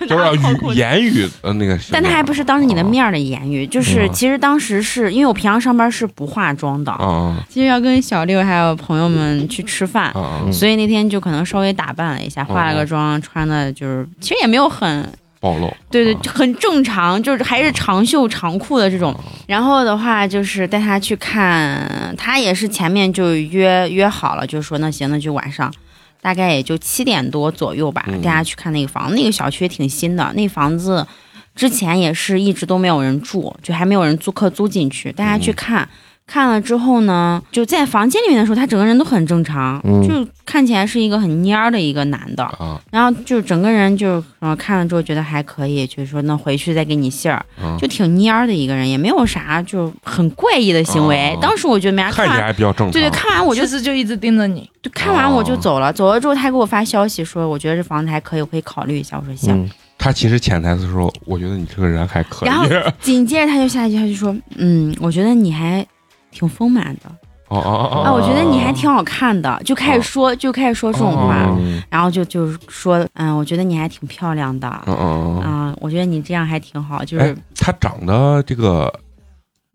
Speaker 1: 就是要语言语的那个，
Speaker 5: 但他还不是当着你的面儿的言语，就是
Speaker 1: 嗯
Speaker 5: 其实当时是因为我平常上班是不化妆的，
Speaker 1: 啊
Speaker 5: 其实要跟小六还有朋友们去吃饭
Speaker 1: 啊。啊，
Speaker 3: 嗯
Speaker 5: 所以那天就可能稍微打扮了一下，化了个妆，穿的就是其实也没有很
Speaker 1: 暴露。
Speaker 5: 对对，
Speaker 1: 啊
Speaker 5: 就很正常，就是还是长袖长裤的这种。然后的话就是带他去看，他也是前面就约约好了，就说那行，那就晚上，大概也就七点多左右吧，
Speaker 1: 嗯
Speaker 5: 带他去看那个房子。那个小区也挺新的，那房子之前也是一直都没有人住，就还没有人租客租进去，带他
Speaker 1: 嗯
Speaker 5: 去看。看了之后呢，就在房间里面的时候，他整个人都很正常，
Speaker 3: 嗯
Speaker 5: 就看起来是一个很蔫儿的一个男的。
Speaker 1: 啊，
Speaker 5: 然后就整个人就呃看了之后觉得还可以，就是说那回去再给你信儿，
Speaker 1: 嗯
Speaker 5: 就挺蔫儿的一个人，也没有啥就很怪异的行为。
Speaker 1: 哦
Speaker 5: 当时我觉得没啥，
Speaker 1: 看
Speaker 5: 看
Speaker 1: 起
Speaker 5: 完
Speaker 1: 来比较正常。
Speaker 5: 对对，看完我
Speaker 6: 我
Speaker 5: 就
Speaker 6: 就是就一直盯着你。
Speaker 5: 就看完
Speaker 1: 哦
Speaker 5: 我就走了，走了之后他给我发消息说，我觉得这房子还可以，我可以考虑一下。我说行，
Speaker 3: 嗯
Speaker 1: 他其实潜台词说，我觉得你这个人还可以。
Speaker 5: 然后紧接着他就下一句他就说，嗯，我觉得你还挺丰满的
Speaker 1: 哦哦哦
Speaker 5: 啊，我觉得你还挺好看的，就开始说就开始说这种话，
Speaker 1: 哦
Speaker 3: 嗯
Speaker 5: 然后就就是说，嗯，我觉得你还挺漂亮的。
Speaker 1: 嗯嗯嗯，
Speaker 5: 啊、我觉得你这样还挺好，就是、
Speaker 1: 哎，他长得这个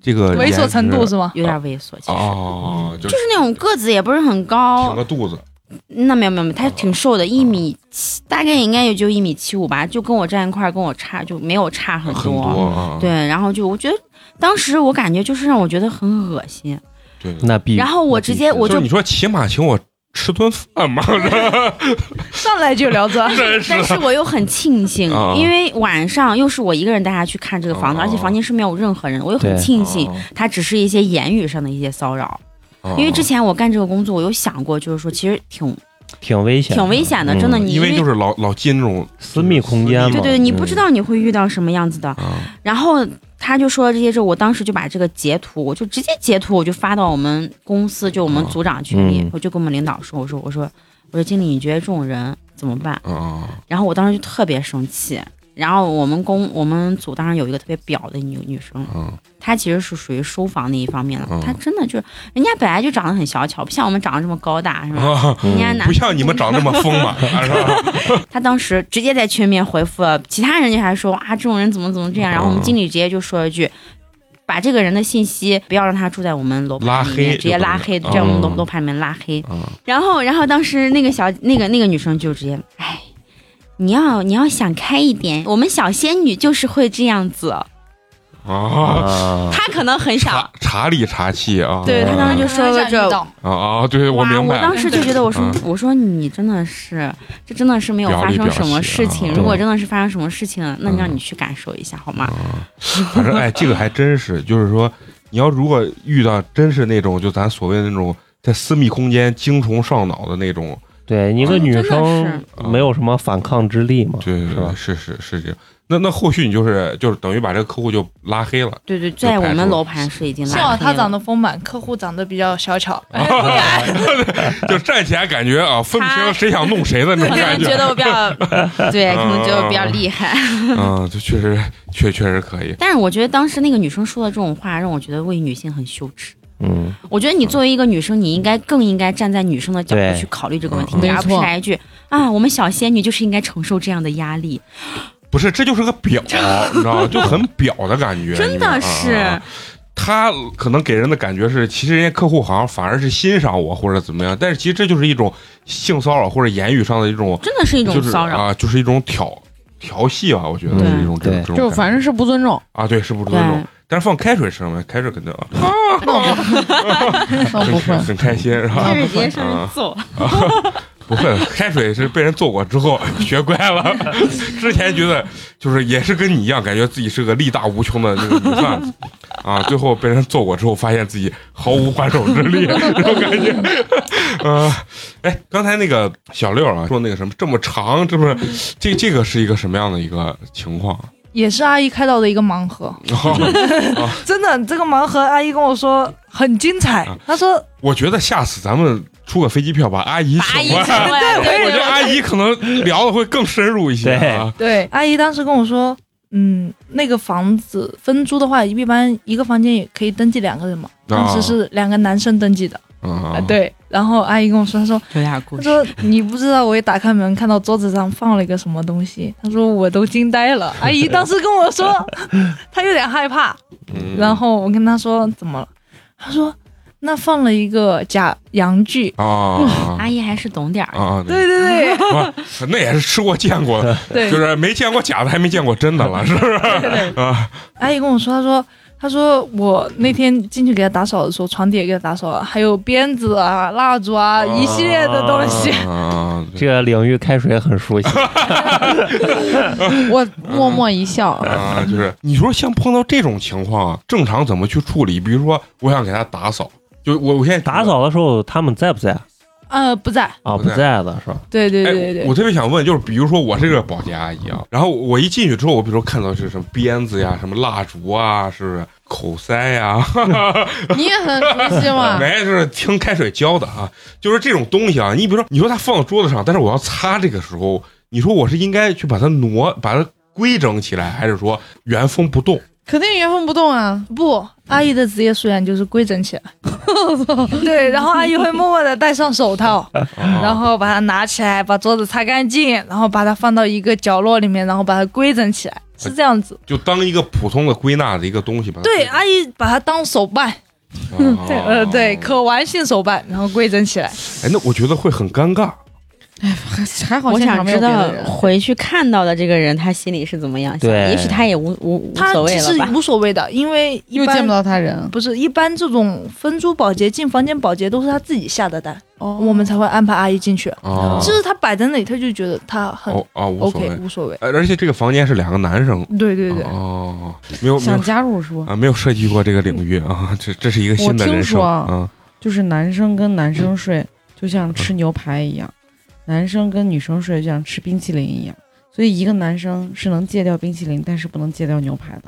Speaker 1: 这个
Speaker 6: 猥琐程度
Speaker 1: 颜值
Speaker 6: 是吗？
Speaker 5: 有点猥琐，其实、
Speaker 1: 哦，就
Speaker 5: 就是哦是那种个子也不是很
Speaker 1: 挺
Speaker 5: 高
Speaker 1: 个，肚子
Speaker 5: 那没有没有，没有
Speaker 1: 哦
Speaker 5: 他挺瘦的，一米七，大概应该也就一米七五吧，就跟我站一块儿，跟我差就没有差很
Speaker 1: 很多啊。
Speaker 5: 对，然后就我觉得当时我感觉就是让我觉得很恶 心，
Speaker 1: 对，
Speaker 3: 那必
Speaker 5: 然后我直接我
Speaker 1: 就是
Speaker 5: 就，
Speaker 1: 你说起码请我吃顿饭嘛，
Speaker 6: 上来就聊 这
Speaker 5: 但是我又很庆幸
Speaker 1: 啊，
Speaker 5: 因为晚上又是我一个人带他去看这个房子，
Speaker 1: 啊
Speaker 5: 而且房间是没有任何人的，我又很
Speaker 3: 对
Speaker 5: 庆幸他只是一些言语上的一些骚扰。
Speaker 1: 啊
Speaker 5: 因为之前我干这个工作，我有想过，就是说其实挺
Speaker 3: 挺危险，
Speaker 5: 挺危险的，真的，
Speaker 3: 嗯
Speaker 5: 你
Speaker 1: 因为就是老老进这种
Speaker 3: 私密空间嘛，
Speaker 5: 对对，
Speaker 3: 嗯
Speaker 5: 你不知道你会遇到什么样子的。
Speaker 1: 啊，
Speaker 5: 然后他就说这些之后，我当时就把这个截图，我就直接截图，我就发到我们公司就我们组长群里，
Speaker 3: 嗯
Speaker 5: 我就跟我们领导说，我说我说我说经理，你觉得这种人怎么办？
Speaker 1: 啊
Speaker 5: 然后我当时就特别生气。然后我们公我们组当时有一个特别表的女女生，
Speaker 1: 啊
Speaker 5: 她其实是属于收房那一方面的，
Speaker 1: 嗯
Speaker 5: 她真的就是人家本来就长得很小巧，不像我们长得这么高大，是吧？
Speaker 1: 啊！
Speaker 5: 人家男
Speaker 1: 不像你们长那么丰满，是吧？
Speaker 5: 他当时直接在群里面回复了，其他人就还说啊，这种人怎么怎么这样。然后我们经理直接就说了一句，把这个人的信息不要让他住在我们楼
Speaker 1: 拉
Speaker 5: 盘里
Speaker 1: 黑
Speaker 5: 面，直接
Speaker 1: 就等
Speaker 5: 拉
Speaker 1: 于
Speaker 5: 黑，在我们楼
Speaker 3: 嗯
Speaker 5: 楼盘里面拉黑。
Speaker 1: 嗯
Speaker 5: 然后，然后当时那个小那个那个女生就直接，哎，你要你要想开一点，我们小仙女就是会这样子。
Speaker 1: 啊，
Speaker 3: 啊，
Speaker 5: 她可能很
Speaker 1: 查
Speaker 5: 想，
Speaker 1: 查理查气啊！
Speaker 5: 对她当时就说了
Speaker 8: 这
Speaker 5: 这。
Speaker 1: 啊啊，对我
Speaker 5: 哇！
Speaker 1: 明
Speaker 5: 我
Speaker 1: 白
Speaker 5: 当时就觉得，我说
Speaker 1: 嗯，
Speaker 5: 我说你真的是，这真的是没有
Speaker 1: 表
Speaker 5: 发
Speaker 1: 里
Speaker 5: 生
Speaker 1: 表
Speaker 5: 什么
Speaker 1: 气
Speaker 5: 事情。
Speaker 1: 啊
Speaker 5: 如果真的是发生什么事情了，那你让
Speaker 1: 嗯
Speaker 5: 你去感受一下好吗？
Speaker 1: 啊，反正哎，这个还真是，就是说，你要如果遇到真是那种，就咱所谓的那种在私密空间精虫上脑的那种，
Speaker 3: 对，一个女
Speaker 5: 真的
Speaker 3: 生没有什么反抗之力嘛，
Speaker 1: 对
Speaker 3: 是吧？
Speaker 1: 是是是这样。那那后续你就是就是等于把这个客户就拉黑了，
Speaker 5: 对对，
Speaker 1: 就
Speaker 5: 在我
Speaker 1: 排除
Speaker 5: 们
Speaker 1: 了
Speaker 5: 楼盘是已经拉
Speaker 8: 幸
Speaker 6: 啊
Speaker 8: 好
Speaker 5: 黑
Speaker 8: 他
Speaker 5: 了
Speaker 8: 长 得丰满，客户长得比较小巧。
Speaker 5: 哎
Speaker 1: 就站起来感觉啊，分不
Speaker 5: 他
Speaker 1: 清谁想弄谁的那
Speaker 5: 可
Speaker 1: 种
Speaker 5: 能
Speaker 1: 感
Speaker 5: 觉
Speaker 1: 觉。
Speaker 5: 得我比较，对，可能觉得我比较厉害。
Speaker 1: 嗯，这确实确确实可以。
Speaker 5: 但是我觉得当时那个女生说的这种话，让我觉得为女性很羞耻。
Speaker 3: 嗯，
Speaker 5: 我觉得你作为一个女生，你应该更应该站在女生的角
Speaker 3: 对
Speaker 5: 度去考虑这个问题
Speaker 1: 嗯，
Speaker 4: 嗯
Speaker 5: 而不是
Speaker 4: 没错
Speaker 5: 来一句啊，我们小仙女就是应该承受这样的压力。
Speaker 1: 不是，这就是个表，你知道吗？就很表的感觉，
Speaker 5: 真
Speaker 1: 你们
Speaker 5: 的是
Speaker 1: 啊啊啊他可能给人的感觉是，其实人家客户好像反而是欣赏我或者怎么样，但是其实这就是一种性骚扰或者言语上的一种，
Speaker 5: 真的是一
Speaker 1: 就
Speaker 5: 种
Speaker 1: 是
Speaker 5: 骚扰。
Speaker 1: 啊，就是一种挑调戏啊吧，我觉得
Speaker 5: 对
Speaker 1: 是一种这种
Speaker 3: 对
Speaker 1: 这种感觉，
Speaker 4: 就是反正是不尊 重。
Speaker 1: 啊，对，是不尊重
Speaker 5: 对。，
Speaker 1: 但是放开水声嘛，开水肯定啊，
Speaker 4: 那
Speaker 1: 很
Speaker 4: 嗯不 会，
Speaker 1: 很开心是吧
Speaker 5: 开？始直接上
Speaker 1: 啊
Speaker 5: 去揍，
Speaker 1: 不会，开水是被人揍过之后学乖 了。之前觉得就是也是跟你一样，感觉自己是个力大无穷的那个女贩子啊，最后被人揍过之后，发现自己毫无还手之 力，这种感觉。呃，哎，刚才那个小六啊说那个什么这么长，这么这这个是一个什么样的一个情况？
Speaker 6: 也是阿姨开到的一个盲盒，
Speaker 1: 哦
Speaker 6: 真的，这个盲盒阿姨跟我说很精彩
Speaker 1: 啊，
Speaker 6: 她说
Speaker 1: 我觉得下次咱们出个飞机票把阿姨
Speaker 5: 把阿姨
Speaker 1: 请
Speaker 5: 请
Speaker 1: 过
Speaker 5: 过
Speaker 1: 来。
Speaker 5: 来，对
Speaker 1: 我觉
Speaker 5: 对
Speaker 1: 得阿姨可能聊的会更深入一些啊。
Speaker 6: 对，阿姨当时跟我说，嗯，那个房子分租的话，一般一个房间也可以登记两个人嘛，啊当时是两个男生登记的，
Speaker 1: 啊
Speaker 6: 啊，，对。然后阿姨跟我说，她说，
Speaker 5: 有点故
Speaker 6: 她。说你不知道，我一打开门看到桌子上放了一个什么 东西，她说我都惊呆了。阿姨当时跟我说，她有点害怕，
Speaker 1: 嗯
Speaker 6: 然后我跟她说怎么了，她说那放了一个假洋 具。
Speaker 1: 啊
Speaker 5: 阿姨还是懂点儿的。
Speaker 1: 啊，
Speaker 6: 哎对对对
Speaker 1: 啊，那也是吃过见过的，
Speaker 6: 对，
Speaker 1: 就是没见过假的，还没见过真的了，是不是？啊，
Speaker 6: 阿姨跟我说，她说，她说我那天进去给她打扫的时候，床底也给她打扫了，还有鞭子啊、蜡烛啊，
Speaker 1: 哦
Speaker 6: 一系列的东西。
Speaker 1: 啊，
Speaker 3: 这个领域开水很 熟悉，
Speaker 4: 我默
Speaker 1: 嗯
Speaker 4: 默一笑。
Speaker 1: 啊，就是你说像碰到这种情况，啊正常怎么去处理？比如说，我想给他打扫，就我我现在
Speaker 3: 打。扫的时候他们在不在
Speaker 6: 呃，不在，
Speaker 3: 啊？
Speaker 1: 不
Speaker 3: 不
Speaker 1: 在
Speaker 3: 在的是吧？
Speaker 6: 对对
Speaker 1: 哎
Speaker 6: 对，对
Speaker 1: 我特别想问，就是比如说我是个保洁阿姨啊，然后我一进去之后，我比如说看到是什么鞭子呀、什么蜡烛啊，是不是口塞呀，
Speaker 4: 你也很熟悉
Speaker 6: 啊
Speaker 4: 嘛？
Speaker 1: 没，就是听开水教的啊，就是这种东西啊。你比如说，你说它放到桌子上，但是我要擦这个时候，你说我是应该去把它挪，把它规整起来，还是说原封不动？
Speaker 4: 肯定原封不动啊！
Speaker 6: 不，阿姨的职业素养就是规整起来。 对，然后阿姨会默默的戴上手套，
Speaker 1: 啊
Speaker 6: 然后把它拿起来，把桌子擦干净，然后把它放到一个角落里面，然后把它规整起来，
Speaker 1: 哎
Speaker 6: 是这样子。
Speaker 1: 就当一个普通的归纳的一个东西吧。
Speaker 6: 对，阿姨把它当手办，
Speaker 1: 啊
Speaker 6: 对，呃，对，可玩性手办，然后规整起来。
Speaker 1: 哎，那我觉得会很尴尬。
Speaker 4: 还好
Speaker 5: 我
Speaker 4: 现场
Speaker 5: 想
Speaker 4: 没有
Speaker 5: 知
Speaker 4: 别
Speaker 5: 道
Speaker 4: 的人。
Speaker 5: 回去看到的这个人，他心里是怎么样想的？
Speaker 3: 对
Speaker 5: 也许他也无无无
Speaker 6: 他
Speaker 5: 所谓
Speaker 6: 其
Speaker 5: 了
Speaker 6: 实
Speaker 5: 吧。
Speaker 6: 无所谓的，因为一
Speaker 4: 又见
Speaker 6: 般
Speaker 4: 不到他人，
Speaker 6: 不是一般这种分租保洁进房间保洁都是他自己下的单，
Speaker 4: 哦
Speaker 6: 我们才会安排阿姨进去。
Speaker 1: 啊
Speaker 6: 就是他摆在那里，他就觉得他很
Speaker 1: 哦啊，无所
Speaker 6: OK，
Speaker 1: 谓。
Speaker 6: 无所谓。
Speaker 1: 呃而且这个房间是两个男生。啊
Speaker 6: 对对对，
Speaker 1: 哦，没有没
Speaker 4: 想
Speaker 1: 有
Speaker 4: 加入是吧？
Speaker 1: 啊啊，没有涉及过这个领域啊，这这是一个新的
Speaker 4: 我听
Speaker 1: 人生
Speaker 4: 说
Speaker 1: 啊。
Speaker 4: 就是男生跟男生睡就像吃牛排一样，男生跟女生睡就像吃冰淇淋一样。所以一个男生是能戒掉冰淇淋，但是不能戒掉牛排的。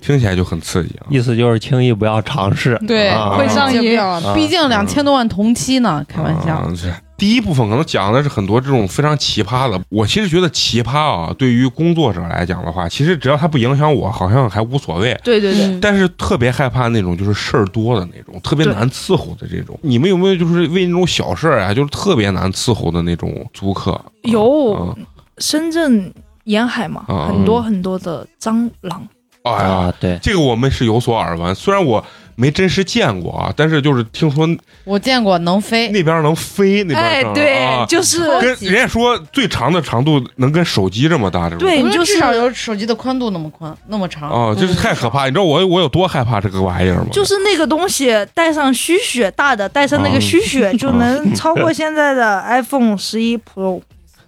Speaker 1: 听起来就很刺激啊！
Speaker 3: 意思就是轻易不要尝试。
Speaker 4: 对
Speaker 3: 啊
Speaker 7: 会上
Speaker 4: 戒不
Speaker 7: 瘾
Speaker 4: 掉
Speaker 3: 啊
Speaker 4: 毕竟两千多万同期呢，开玩笑。
Speaker 1: 啊这第一部分可能讲的是很多这种非常奇葩的，我其实觉得奇葩啊，对于工作者来讲的话，其实只要它不影响我，好像还无所谓。
Speaker 8: 对对对，
Speaker 5: 嗯
Speaker 1: 但是特别害怕那种就是事儿多的那种，特别
Speaker 8: 对
Speaker 1: 难伺候的这种。你们有没有就是为那种小事儿啊，就是特别难伺候的那种租客？
Speaker 8: 有哦
Speaker 1: 啊，
Speaker 8: 深圳沿海嘛，
Speaker 1: 啊
Speaker 8: 很多很多的蟑螂，
Speaker 1: 哎呀，
Speaker 3: 啊，对，
Speaker 1: 这个我们是有所耳闻，虽然我没真实见过啊，但是就是听说
Speaker 4: 我见过能飞，
Speaker 1: 那边能飞，那边
Speaker 8: 哎
Speaker 1: 蟑螂，
Speaker 8: 对，
Speaker 1: 啊
Speaker 8: 就是
Speaker 1: 跟人家说最长的长度能跟手机这么大，这种
Speaker 8: 对
Speaker 4: 我觉得
Speaker 8: 就是
Speaker 4: 至少有手机的宽度那么宽，那么
Speaker 3: 啊
Speaker 4: 长。
Speaker 1: 哦，就是太可怕！你知道我我有多害怕这个玩意儿吗？
Speaker 6: 就是那个东西带上虚血大的，带上那个虚血就
Speaker 1: 嗯
Speaker 6: 能超过现在的 iPhone 十一 Pro，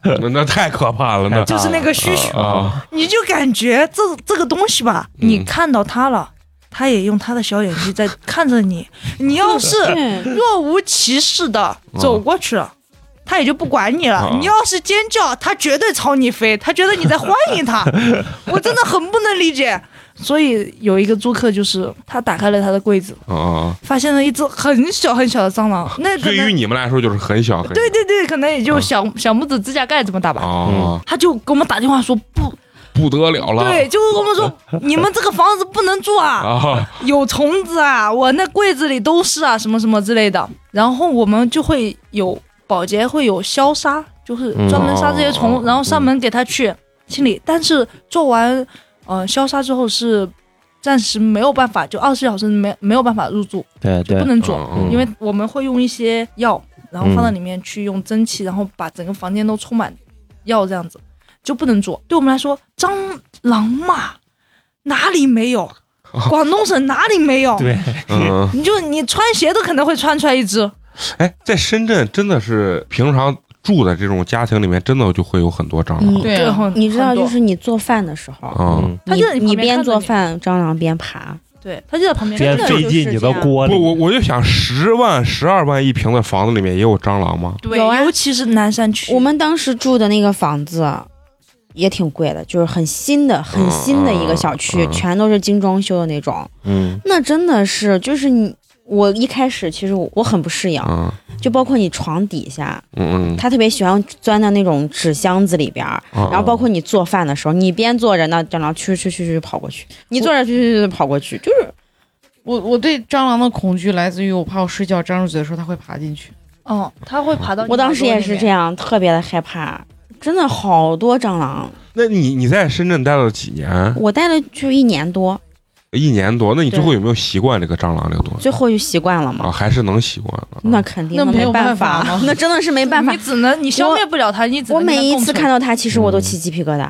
Speaker 1: 啊那那太可怕了，那
Speaker 3: 太
Speaker 6: 就是那个虚血，
Speaker 1: 啊，
Speaker 6: 你就感觉这这个东西吧，
Speaker 1: 嗯
Speaker 6: 你看到它了。它也用它的小眼睛在看 着你，你要是若无其事的
Speaker 1: 嗯
Speaker 6: 走过去了，它也就不管你了
Speaker 1: 啊。
Speaker 6: 你要是尖叫，它绝对朝你飞，它觉得你在欢 迎它。我真的很不能理解。所以有一个租客就是他打开了他的柜子，
Speaker 1: 啊啊！
Speaker 6: 发现了一只很小很小的蟑螂，那可
Speaker 1: 对于
Speaker 6: 能
Speaker 1: 你们来说就是很小很小
Speaker 6: 对对对，可能也就小、小拇指指甲盖这么大吧。
Speaker 1: 啊，
Speaker 6: 他就给我们打电话说不
Speaker 1: 不得了了，
Speaker 6: 对，就跟我们 说你们这个房子不能住啊，
Speaker 1: 啊，
Speaker 6: 有虫子啊，我那柜子里都是啊，什么什么之类的。然后我们就会有保洁会有消杀，就是专门杀这些
Speaker 1: 嗯哦
Speaker 6: 虫，然后上
Speaker 1: 嗯
Speaker 6: 门给他去清理。但是做完呃消杀之后是暂时没有办法，就二十四小时没没有办法入住，
Speaker 3: 对对
Speaker 6: 不，能住。
Speaker 1: 嗯嗯
Speaker 6: 因为我们会用一些药，然后放到里面去用蒸汽，然后把整个房间都充满药，这样子就不能做。对我们来说，蟑螂嘛，哪里 没有？广东省哪里没有？
Speaker 3: 对，
Speaker 1: 嗯，
Speaker 6: 你就你穿鞋都可能会穿出来一只。
Speaker 1: 哎，在深圳真的是平常住的这种家庭里面，真的就会有很多蟑螂
Speaker 5: 嗯
Speaker 4: 对
Speaker 6: 对
Speaker 4: 啊，，
Speaker 5: 你知道，
Speaker 6: 很
Speaker 5: 就
Speaker 6: 多
Speaker 5: 是你做饭的时候，
Speaker 1: 啊。
Speaker 3: 嗯，
Speaker 6: 他就在
Speaker 5: 你
Speaker 6: 旁
Speaker 5: 你
Speaker 6: 边
Speaker 5: 边
Speaker 6: 看着
Speaker 5: 做
Speaker 6: 你
Speaker 5: 饭，蟑螂边爬，
Speaker 6: 对，它就在旁边。
Speaker 3: 别
Speaker 5: 边
Speaker 6: 真的
Speaker 5: 飞
Speaker 3: 费进你
Speaker 6: 啊
Speaker 3: 的锅
Speaker 1: 我
Speaker 3: 里。
Speaker 1: 我我就想，十万、十二万一平的房子里面也有蟑螂吗？
Speaker 6: 对，
Speaker 5: 有啊
Speaker 6: 尤其是南山区，
Speaker 5: 我们当时住的那个房子也挺贵的，就是很新的、很新的一个小区，
Speaker 1: 嗯嗯
Speaker 5: 全都是精装修的那种。
Speaker 3: 嗯，
Speaker 5: 那真的是，就是你，我一开始其实我我很不适应，
Speaker 1: 啊，
Speaker 5: 就包括你床底下，
Speaker 1: 嗯嗯，啊
Speaker 5: 他特别喜欢钻到那种纸箱子里边儿，
Speaker 1: 然
Speaker 5: 然后包括你做饭的时候，你边做着那蟑螂去去去去跑过去，你坐着去去去跑过去，就是
Speaker 4: 我我对蟑螂的恐惧来自于我怕我睡觉张着嘴的时候它会爬进去。
Speaker 6: 嗯
Speaker 8: 哦，它会爬到。
Speaker 5: 我当时也是这
Speaker 8: 样，
Speaker 5: 样，特别的害怕。真的好多蟑螂，
Speaker 1: 嗯那你你在深圳待了几年？
Speaker 5: 我待了就一年多，
Speaker 1: 一年多，那你最后有没有习惯这个蟑螂这个东西
Speaker 5: 最后就习惯了嘛。
Speaker 1: 啊？还是能习惯的。
Speaker 5: 那肯定
Speaker 4: 那
Speaker 5: 的
Speaker 4: 没有
Speaker 5: 办
Speaker 4: 办法吗
Speaker 5: 那真的是没办法
Speaker 6: 你。只能你消灭不了它，你只能
Speaker 5: 我每一次看
Speaker 6: 到
Speaker 5: 到它，其实
Speaker 1: 嗯
Speaker 5: 我都起鸡皮疙瘩，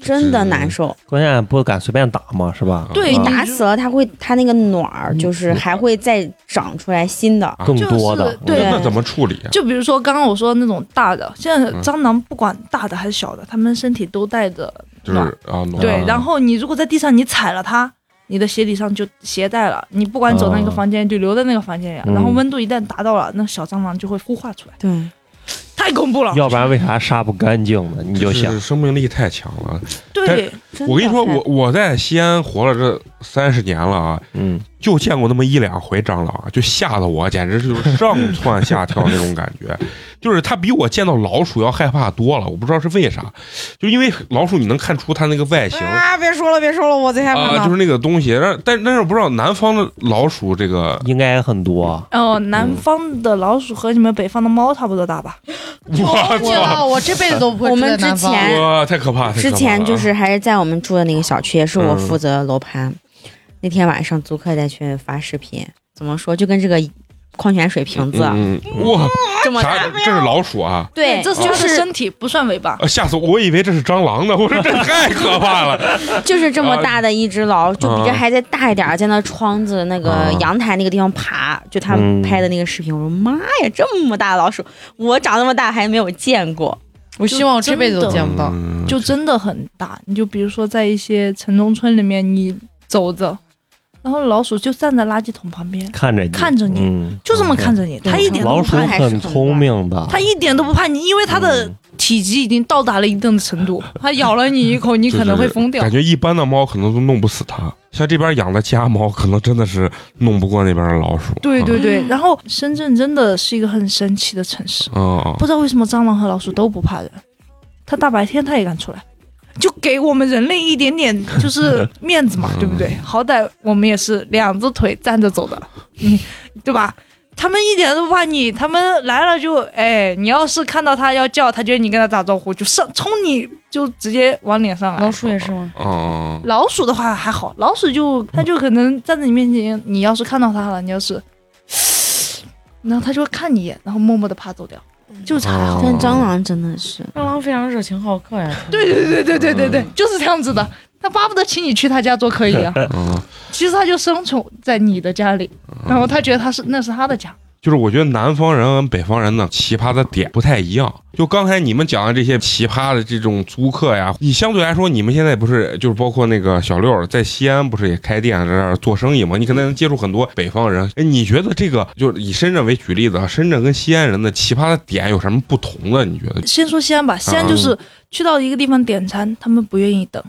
Speaker 5: 真的难受。
Speaker 3: 关键不敢随便打嘛，是吧？
Speaker 6: 对
Speaker 5: 你
Speaker 1: 啊
Speaker 5: 打死了它会，它那个卵
Speaker 1: 嗯
Speaker 5: 儿就是还会再长出来新的。
Speaker 1: 啊
Speaker 3: 更
Speaker 6: 就是
Speaker 3: 多的，
Speaker 6: 对
Speaker 1: 那怎么处理啊？
Speaker 6: 就比如说刚刚我说的那种大的，现在
Speaker 1: 嗯
Speaker 6: 蟑螂不管大的还是小的，它们身体都带着
Speaker 1: 就是啊，暖
Speaker 6: 对
Speaker 3: 嗯
Speaker 1: 啊，
Speaker 6: 然后你如果在地上你踩了它，你的鞋底上就携带了，你不管走到哪个
Speaker 3: 啊
Speaker 6: 房间就留在那个房间里，
Speaker 3: 嗯
Speaker 6: 然后温度一旦达到了，那小蟑螂就会孵化出来，
Speaker 5: 对，
Speaker 6: 太恐怖了。
Speaker 3: 要不然为啥杀不干净呢？你就
Speaker 1: 啊就是
Speaker 3: 想，
Speaker 1: 生命力太强了。
Speaker 6: 对
Speaker 1: 但，我跟你说，我我在西安活了这三十年了啊，
Speaker 3: 嗯，
Speaker 1: 就见过那么一两回蟑螂，啊就吓得我简直就是上蹿下跳那种感觉。就是它比我见到老鼠要害怕多了，我不知道是为啥，就因为老鼠你能看出它那个外形。
Speaker 4: 啊！别说了，别说了，我最害
Speaker 1: 啊、就是那个东西，但但但是我不知道南方的老鼠这个，
Speaker 3: 应该很多。
Speaker 6: 哦、南方的老鼠和你们北方的猫差不多大吧？
Speaker 1: 我
Speaker 4: 我
Speaker 1: 操，
Speaker 4: 我这辈子都不会
Speaker 5: 我们
Speaker 4: 住在南方
Speaker 5: 之前
Speaker 1: 哇，太可怕！太可怕了啊嗯
Speaker 5: 之前就是还是在我们住的那个小区，也是我负责楼盘。那天晚上租客再去发视频，怎么说就跟这个矿泉水瓶子、
Speaker 1: 嗯，嗯哇，
Speaker 5: 这么
Speaker 1: 啥？
Speaker 5: 大，
Speaker 1: 这是老鼠啊！
Speaker 5: 对，
Speaker 6: 这是它
Speaker 5: 就
Speaker 6: 的
Speaker 5: 是
Speaker 6: 身体，不算尾巴。
Speaker 1: 啊，吓死我！我以为这是蟑螂呢，我说这太可怕了。
Speaker 5: 就是这么大的一只老，就比这
Speaker 1: 啊
Speaker 5: 还再大一点儿，在那窗子那
Speaker 1: 啊
Speaker 5: 个阳台那个地方爬，就他
Speaker 3: 嗯
Speaker 5: 们拍的那个视频，我说妈呀，这么大的老鼠，我长这么大还没有见过。
Speaker 4: 我希望我这辈子都见不到。
Speaker 1: 嗯
Speaker 6: 就真的很大，你就比如说在一些城中村里面，你走着，然后老鼠就站在垃圾桶旁边，
Speaker 3: 看着你，
Speaker 6: 看着你
Speaker 3: 嗯
Speaker 6: 就这么看着你，它一点都
Speaker 3: 老
Speaker 6: 不
Speaker 3: 鼠
Speaker 6: 怕，
Speaker 3: 很聪明的，
Speaker 6: 它一点都不怕你，因为它的体积已经到达了一定的程度，它咬了你一口，你可能会疯掉
Speaker 1: 感。觉一般的猫可能都弄不死它，像这边养的家猫，可能真的是弄不过那边的老鼠。
Speaker 6: 对对对，
Speaker 9: 嗯
Speaker 6: 然后深圳真的是一个很神奇的城市，
Speaker 1: 嗯，嗯，
Speaker 6: 不知道为什么蟑螂和老鼠都不怕人，它大白天它也敢出来，就给我们人类一点点就是面子嘛，对不对？好歹我们也是两只腿站着走的，嗯，对吧？他们一点都不怕你，他们来了就哎，你要是看到他要叫，他觉得你跟他打招呼，就上冲你就直接往脸上来。
Speaker 4: 老鼠也是吗？
Speaker 1: 嗯嗯，嗯
Speaker 6: 老鼠的话还好，老鼠就它就可能站在你面前，你要是看到它了，你要是，然后它就会看你一眼，然后默默的爬走掉，就才
Speaker 1: 哦
Speaker 6: 好。
Speaker 5: 但蟑螂真的是，
Speaker 4: 蟑螂非常热情好客呀。
Speaker 6: 对对对对对对对，就是这样子的。它巴不得请你去他家做客一样，
Speaker 1: 嗯，
Speaker 6: 其实它就生存在你的家里，然后它觉得它是那是它的家。
Speaker 1: 就是我觉得南方人跟北方人呢，奇葩的点不太一样。就刚才你们讲的这些奇葩的这种租客呀，你相对来说，你们现在不是就是包括那个小六儿在西安不是也开店啊在那儿做生意吗？你可能能接触很多北方人。哎，你觉得这个就是以深圳为举例子啊，深圳跟西安人的奇葩的点有什么不同的？你觉得？
Speaker 6: 先说西安吧，西安就是去到一个地方点餐，他们不愿意等。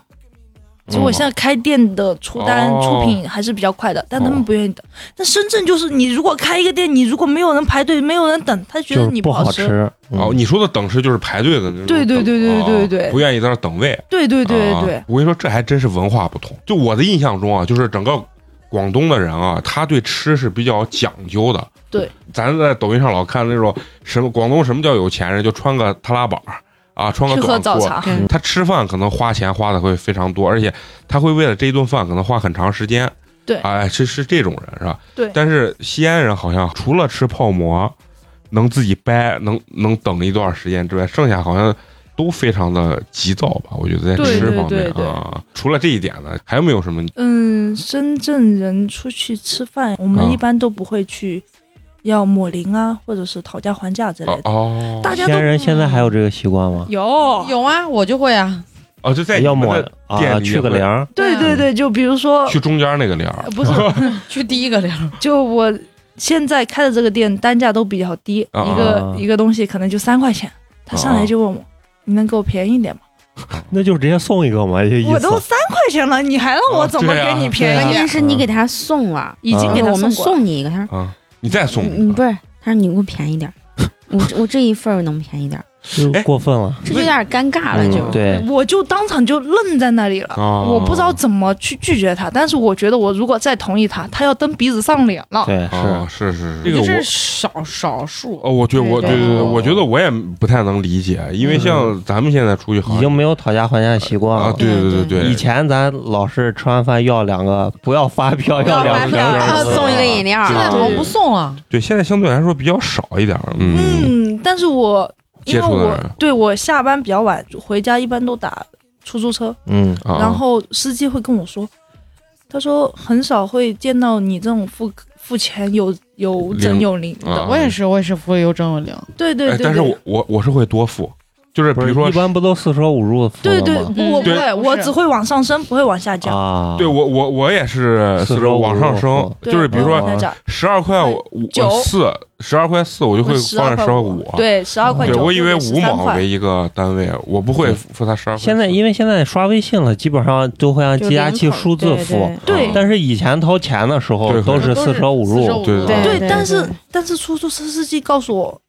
Speaker 6: 其实我现在开店的出单
Speaker 1: 哦
Speaker 6: 出品还是比较快的，但他们不愿意等。但深圳就是你如果开一个店，你如果没有人排队，没有人等，他觉
Speaker 3: 就
Speaker 6: 得
Speaker 3: 是
Speaker 6: 你
Speaker 3: 不
Speaker 6: 好
Speaker 3: 好吃。
Speaker 1: 哦，
Speaker 3: 嗯
Speaker 1: 你说的等是就是排队的那种等，
Speaker 6: 对对对对对对
Speaker 1: 哦不愿意在那儿等位。
Speaker 6: 对对对对
Speaker 1: 啊
Speaker 6: 对，
Speaker 1: 我跟你说，这还真是文化不同。就我的印象中啊，就是整个广东的人啊，他对吃是比较讲究的。
Speaker 6: 对，
Speaker 1: 咱在抖音上老看那种什么广东什么叫有钱人，就穿个踏拉板儿啊，穿个
Speaker 6: 去喝
Speaker 1: 短
Speaker 6: 早
Speaker 1: 裤。
Speaker 6: 茶。
Speaker 4: 对
Speaker 1: 他吃饭可能花钱花的会非常多，而且他会为了这一顿饭可能花很长时间。
Speaker 6: 对
Speaker 1: 哎，是是这种人是吧？
Speaker 6: 对
Speaker 1: 但是西安人好像除了吃泡馍，能自己掰，能能等一段时间之外，剩下好像都非常的急躁吧？我觉得在
Speaker 6: 对
Speaker 1: 吃
Speaker 6: 对
Speaker 1: 方面
Speaker 6: 对对
Speaker 1: 啊，除了这一点呢，还有没有什么？
Speaker 6: 嗯，深圳人出去吃饭，我们
Speaker 1: 啊
Speaker 6: 一般都不会去要抹零啊，或者是讨价还价之类
Speaker 1: 哦
Speaker 6: 的。
Speaker 1: 哦
Speaker 6: 呃大家
Speaker 3: 西
Speaker 6: 都嗯
Speaker 3: 安人现在还有这个习惯吗？
Speaker 6: 有
Speaker 4: 有啊，我就会啊。
Speaker 1: 哦，就在你
Speaker 3: 哎要
Speaker 1: 们
Speaker 3: 么
Speaker 1: 的店
Speaker 3: 啊，
Speaker 1: 里
Speaker 3: 去个
Speaker 1: 会嗯
Speaker 3: 零儿，
Speaker 6: 对对对，就比如说
Speaker 1: 去中间那个帘儿
Speaker 6: 呃，不是，
Speaker 4: 去第一个零，
Speaker 6: 就我现在开的这个店单价都比较低，
Speaker 1: 啊
Speaker 6: 一个
Speaker 3: 啊
Speaker 6: 一个东西可能就三块钱，他上来就问我。你能给我便宜点吗？
Speaker 3: 那就直接送一个嘛，这意
Speaker 6: 我都
Speaker 3: 思。
Speaker 6: 三块钱了，你还让我怎么
Speaker 1: 啊对
Speaker 6: 给
Speaker 1: 啊
Speaker 6: 你便
Speaker 5: 关
Speaker 6: 宜？
Speaker 5: 键是你给他送了，
Speaker 6: 已
Speaker 1: 嗯
Speaker 6: 经给他
Speaker 5: 我们
Speaker 6: 送过了，
Speaker 5: 送你一个，他说
Speaker 1: 啊，你再送
Speaker 5: 你
Speaker 6: 嗯
Speaker 1: 一
Speaker 5: 嗯不
Speaker 1: 个。
Speaker 5: 是，他说你给我便宜点儿，我这我这一份儿能便宜点儿，
Speaker 3: 就
Speaker 1: 哎
Speaker 3: 过分了，
Speaker 5: 这就有点尴尬了，就
Speaker 3: 嗯对，
Speaker 6: 我就当场就愣在那里了，
Speaker 1: 哦
Speaker 6: 嗯我不知道怎么去拒绝他。但是我觉得我如果再同意他，他要蹬鼻子上脸了。
Speaker 3: 对
Speaker 1: 哦
Speaker 3: 是，
Speaker 1: 是是是，
Speaker 4: 这
Speaker 1: 这个我
Speaker 4: 是少少数。
Speaker 1: 哦，我觉得我
Speaker 4: 对
Speaker 1: 对
Speaker 4: 对
Speaker 1: 对
Speaker 4: 对
Speaker 1: 对，我觉得我也不太能理解，因
Speaker 6: 嗯
Speaker 1: 为像咱们现在出去好像
Speaker 3: 已经没有讨价还价的习惯
Speaker 1: 啊，
Speaker 3: 了。
Speaker 1: 对对对
Speaker 4: 对
Speaker 1: 对，
Speaker 3: 以前咱老是吃完饭要两个，不要发票，
Speaker 4: 不要
Speaker 3: 两
Speaker 4: 发
Speaker 3: 个
Speaker 4: 票
Speaker 3: 两
Speaker 4: 然
Speaker 3: 个
Speaker 4: 后
Speaker 3: 人
Speaker 5: 啊送一个饮料
Speaker 4: 现在
Speaker 5: 儿，
Speaker 4: 怎么不送了？
Speaker 1: 对现在相对来说比较少一点儿，嗯，
Speaker 6: 嗯，但是我因
Speaker 1: 接
Speaker 6: 为
Speaker 1: 触的
Speaker 6: 我
Speaker 1: 人
Speaker 6: 对我下班比较晚，回家一般都打出租车，
Speaker 3: 嗯，
Speaker 1: 啊
Speaker 6: 然后司机会跟我说，他说很少会见到你这种付付钱有有
Speaker 1: 零
Speaker 6: 整有零的。
Speaker 1: 啊
Speaker 4: 我也是，我也是服务有整有零。
Speaker 6: 对对
Speaker 1: 哎
Speaker 6: 对，对
Speaker 1: 但是我我我是会多付，就是比如
Speaker 3: 不是
Speaker 1: 说
Speaker 3: 一般不都四舍五入付
Speaker 6: 对
Speaker 3: 了
Speaker 6: 对，
Speaker 3: 吗？
Speaker 6: 不我不
Speaker 1: 对
Speaker 6: 会，我只会往上升，不会往下降。
Speaker 3: 啊，
Speaker 1: 对我我我也是
Speaker 3: 四
Speaker 1: 四
Speaker 3: 舍
Speaker 1: 周
Speaker 3: 五嗯
Speaker 1: 往
Speaker 3: 入
Speaker 1: 上升，
Speaker 6: 对
Speaker 1: 就是比如
Speaker 6: 不会
Speaker 1: 说
Speaker 6: 往下降，
Speaker 1: 十二块五五
Speaker 6: 九
Speaker 1: 四，十二块四我就会
Speaker 6: 十
Speaker 1: 放
Speaker 6: 二
Speaker 1: 在十
Speaker 6: 块
Speaker 1: 二五，啊
Speaker 6: 对，十二块
Speaker 1: 对
Speaker 6: 九，
Speaker 1: 我以为五
Speaker 6: 13
Speaker 1: 毛
Speaker 6: 块
Speaker 1: 为一个单位，我不会付他十二块四。
Speaker 3: 现在因为现在刷微信了，基本上都会按
Speaker 5: 就
Speaker 3: 计价
Speaker 5: 零
Speaker 3: 器
Speaker 5: 口
Speaker 3: 数字
Speaker 5: 对
Speaker 3: 付，
Speaker 5: 对
Speaker 6: 对
Speaker 3: 但是以前掏钱的时候
Speaker 1: 对
Speaker 3: 都是
Speaker 4: 都是
Speaker 3: 四舍五
Speaker 4: 四舍
Speaker 3: 入啊
Speaker 4: 五，
Speaker 1: 对
Speaker 4: 入
Speaker 1: 对
Speaker 6: 对，
Speaker 5: 对
Speaker 6: 但是
Speaker 5: 对
Speaker 6: 但是出租车司机告诉我，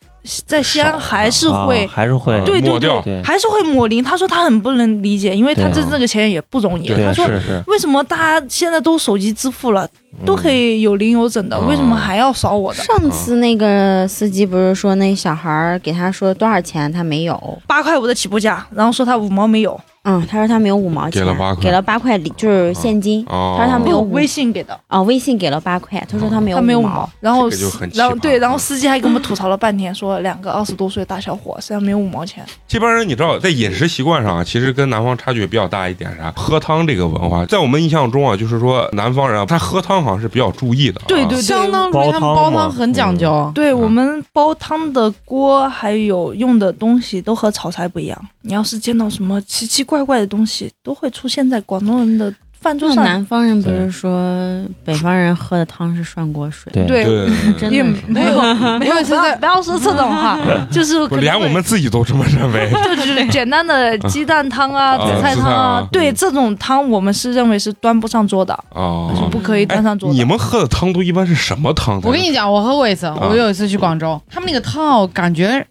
Speaker 6: 在西安还是
Speaker 3: 啊
Speaker 6: 会。
Speaker 3: 还是会
Speaker 1: 啊
Speaker 6: 对
Speaker 1: 抹
Speaker 6: 对
Speaker 1: 掉
Speaker 3: 对
Speaker 6: 对，还是会抹零。他说他很不能理解，因为他
Speaker 3: 对
Speaker 6: 挣这个钱也不容易。
Speaker 3: 对
Speaker 6: 他说
Speaker 3: 是是
Speaker 6: 为什么大家现在都手机支付了，都可
Speaker 3: 以
Speaker 6: 以有零有整的，
Speaker 1: 嗯
Speaker 6: 为什么还要扫我的？
Speaker 5: 上次那个司机不是说那小孩儿给他说多少钱，他没有，
Speaker 6: 八块五的起步价，然后说他五毛没有，
Speaker 5: 嗯，他说他没有五毛
Speaker 1: 给
Speaker 5: 钱，
Speaker 1: 了八块
Speaker 5: 给了八块零，就是现金，
Speaker 1: 哦，
Speaker 5: 他说他没有五
Speaker 6: 微信给的，
Speaker 5: 啊，微信给了八块，他说他没有
Speaker 6: 他没有五
Speaker 5: 毛
Speaker 6: 毛，。然后
Speaker 1: 这个就很奇葩嗯
Speaker 6: 然后对，然后司机还给我们吐槽了半天，说两个二十多岁的大小伙身上没有五毛钱。
Speaker 1: 这帮人你知道，在饮食习惯上啊，其实跟南方差距比较大一点啥？喝汤这个文化，在我们印象中啊，就是说南方人啊他喝汤好像是比较注意的、啊，
Speaker 6: 对对对，
Speaker 4: 相当于
Speaker 3: 煲
Speaker 4: 他们
Speaker 3: 汤
Speaker 4: 煲
Speaker 3: 嘛
Speaker 4: 汤很讲究。啊
Speaker 6: 对
Speaker 1: 嗯
Speaker 6: 我们煲汤的锅还有用的东西都和炒菜不一样。你要是见到什么奇奇怪怪的东西，都会出现在广东人的饭桌
Speaker 5: 就
Speaker 6: 上
Speaker 5: 南方人不是说北方人喝的汤是涮锅水，
Speaker 3: 对
Speaker 6: 对
Speaker 1: 对，
Speaker 5: 真
Speaker 6: 也
Speaker 5: 的是
Speaker 6: 没 有没有，
Speaker 4: 有
Speaker 6: 嗯不
Speaker 4: 现在
Speaker 6: 要不要说这种话， 就是可
Speaker 1: 不
Speaker 6: 能
Speaker 1: 连
Speaker 6: 会
Speaker 1: 我们自己都这么认 为。
Speaker 6: 就是简单的鸡蛋汤啊、
Speaker 1: 啊
Speaker 6: 紫菜
Speaker 1: 啊紫
Speaker 6: 汤
Speaker 1: 菜
Speaker 6: 啊
Speaker 1: 啊，
Speaker 6: 对这种汤我们是认为是端不上桌的，是
Speaker 1: 哦，
Speaker 6: 不可以端上桌
Speaker 1: 你
Speaker 6: 的。
Speaker 1: 们喝的汤都一般是什么汤？
Speaker 4: 我跟你讲，我喝过一次，
Speaker 1: 啊
Speaker 4: 我有一次去广州，他们那个汤哦，感觉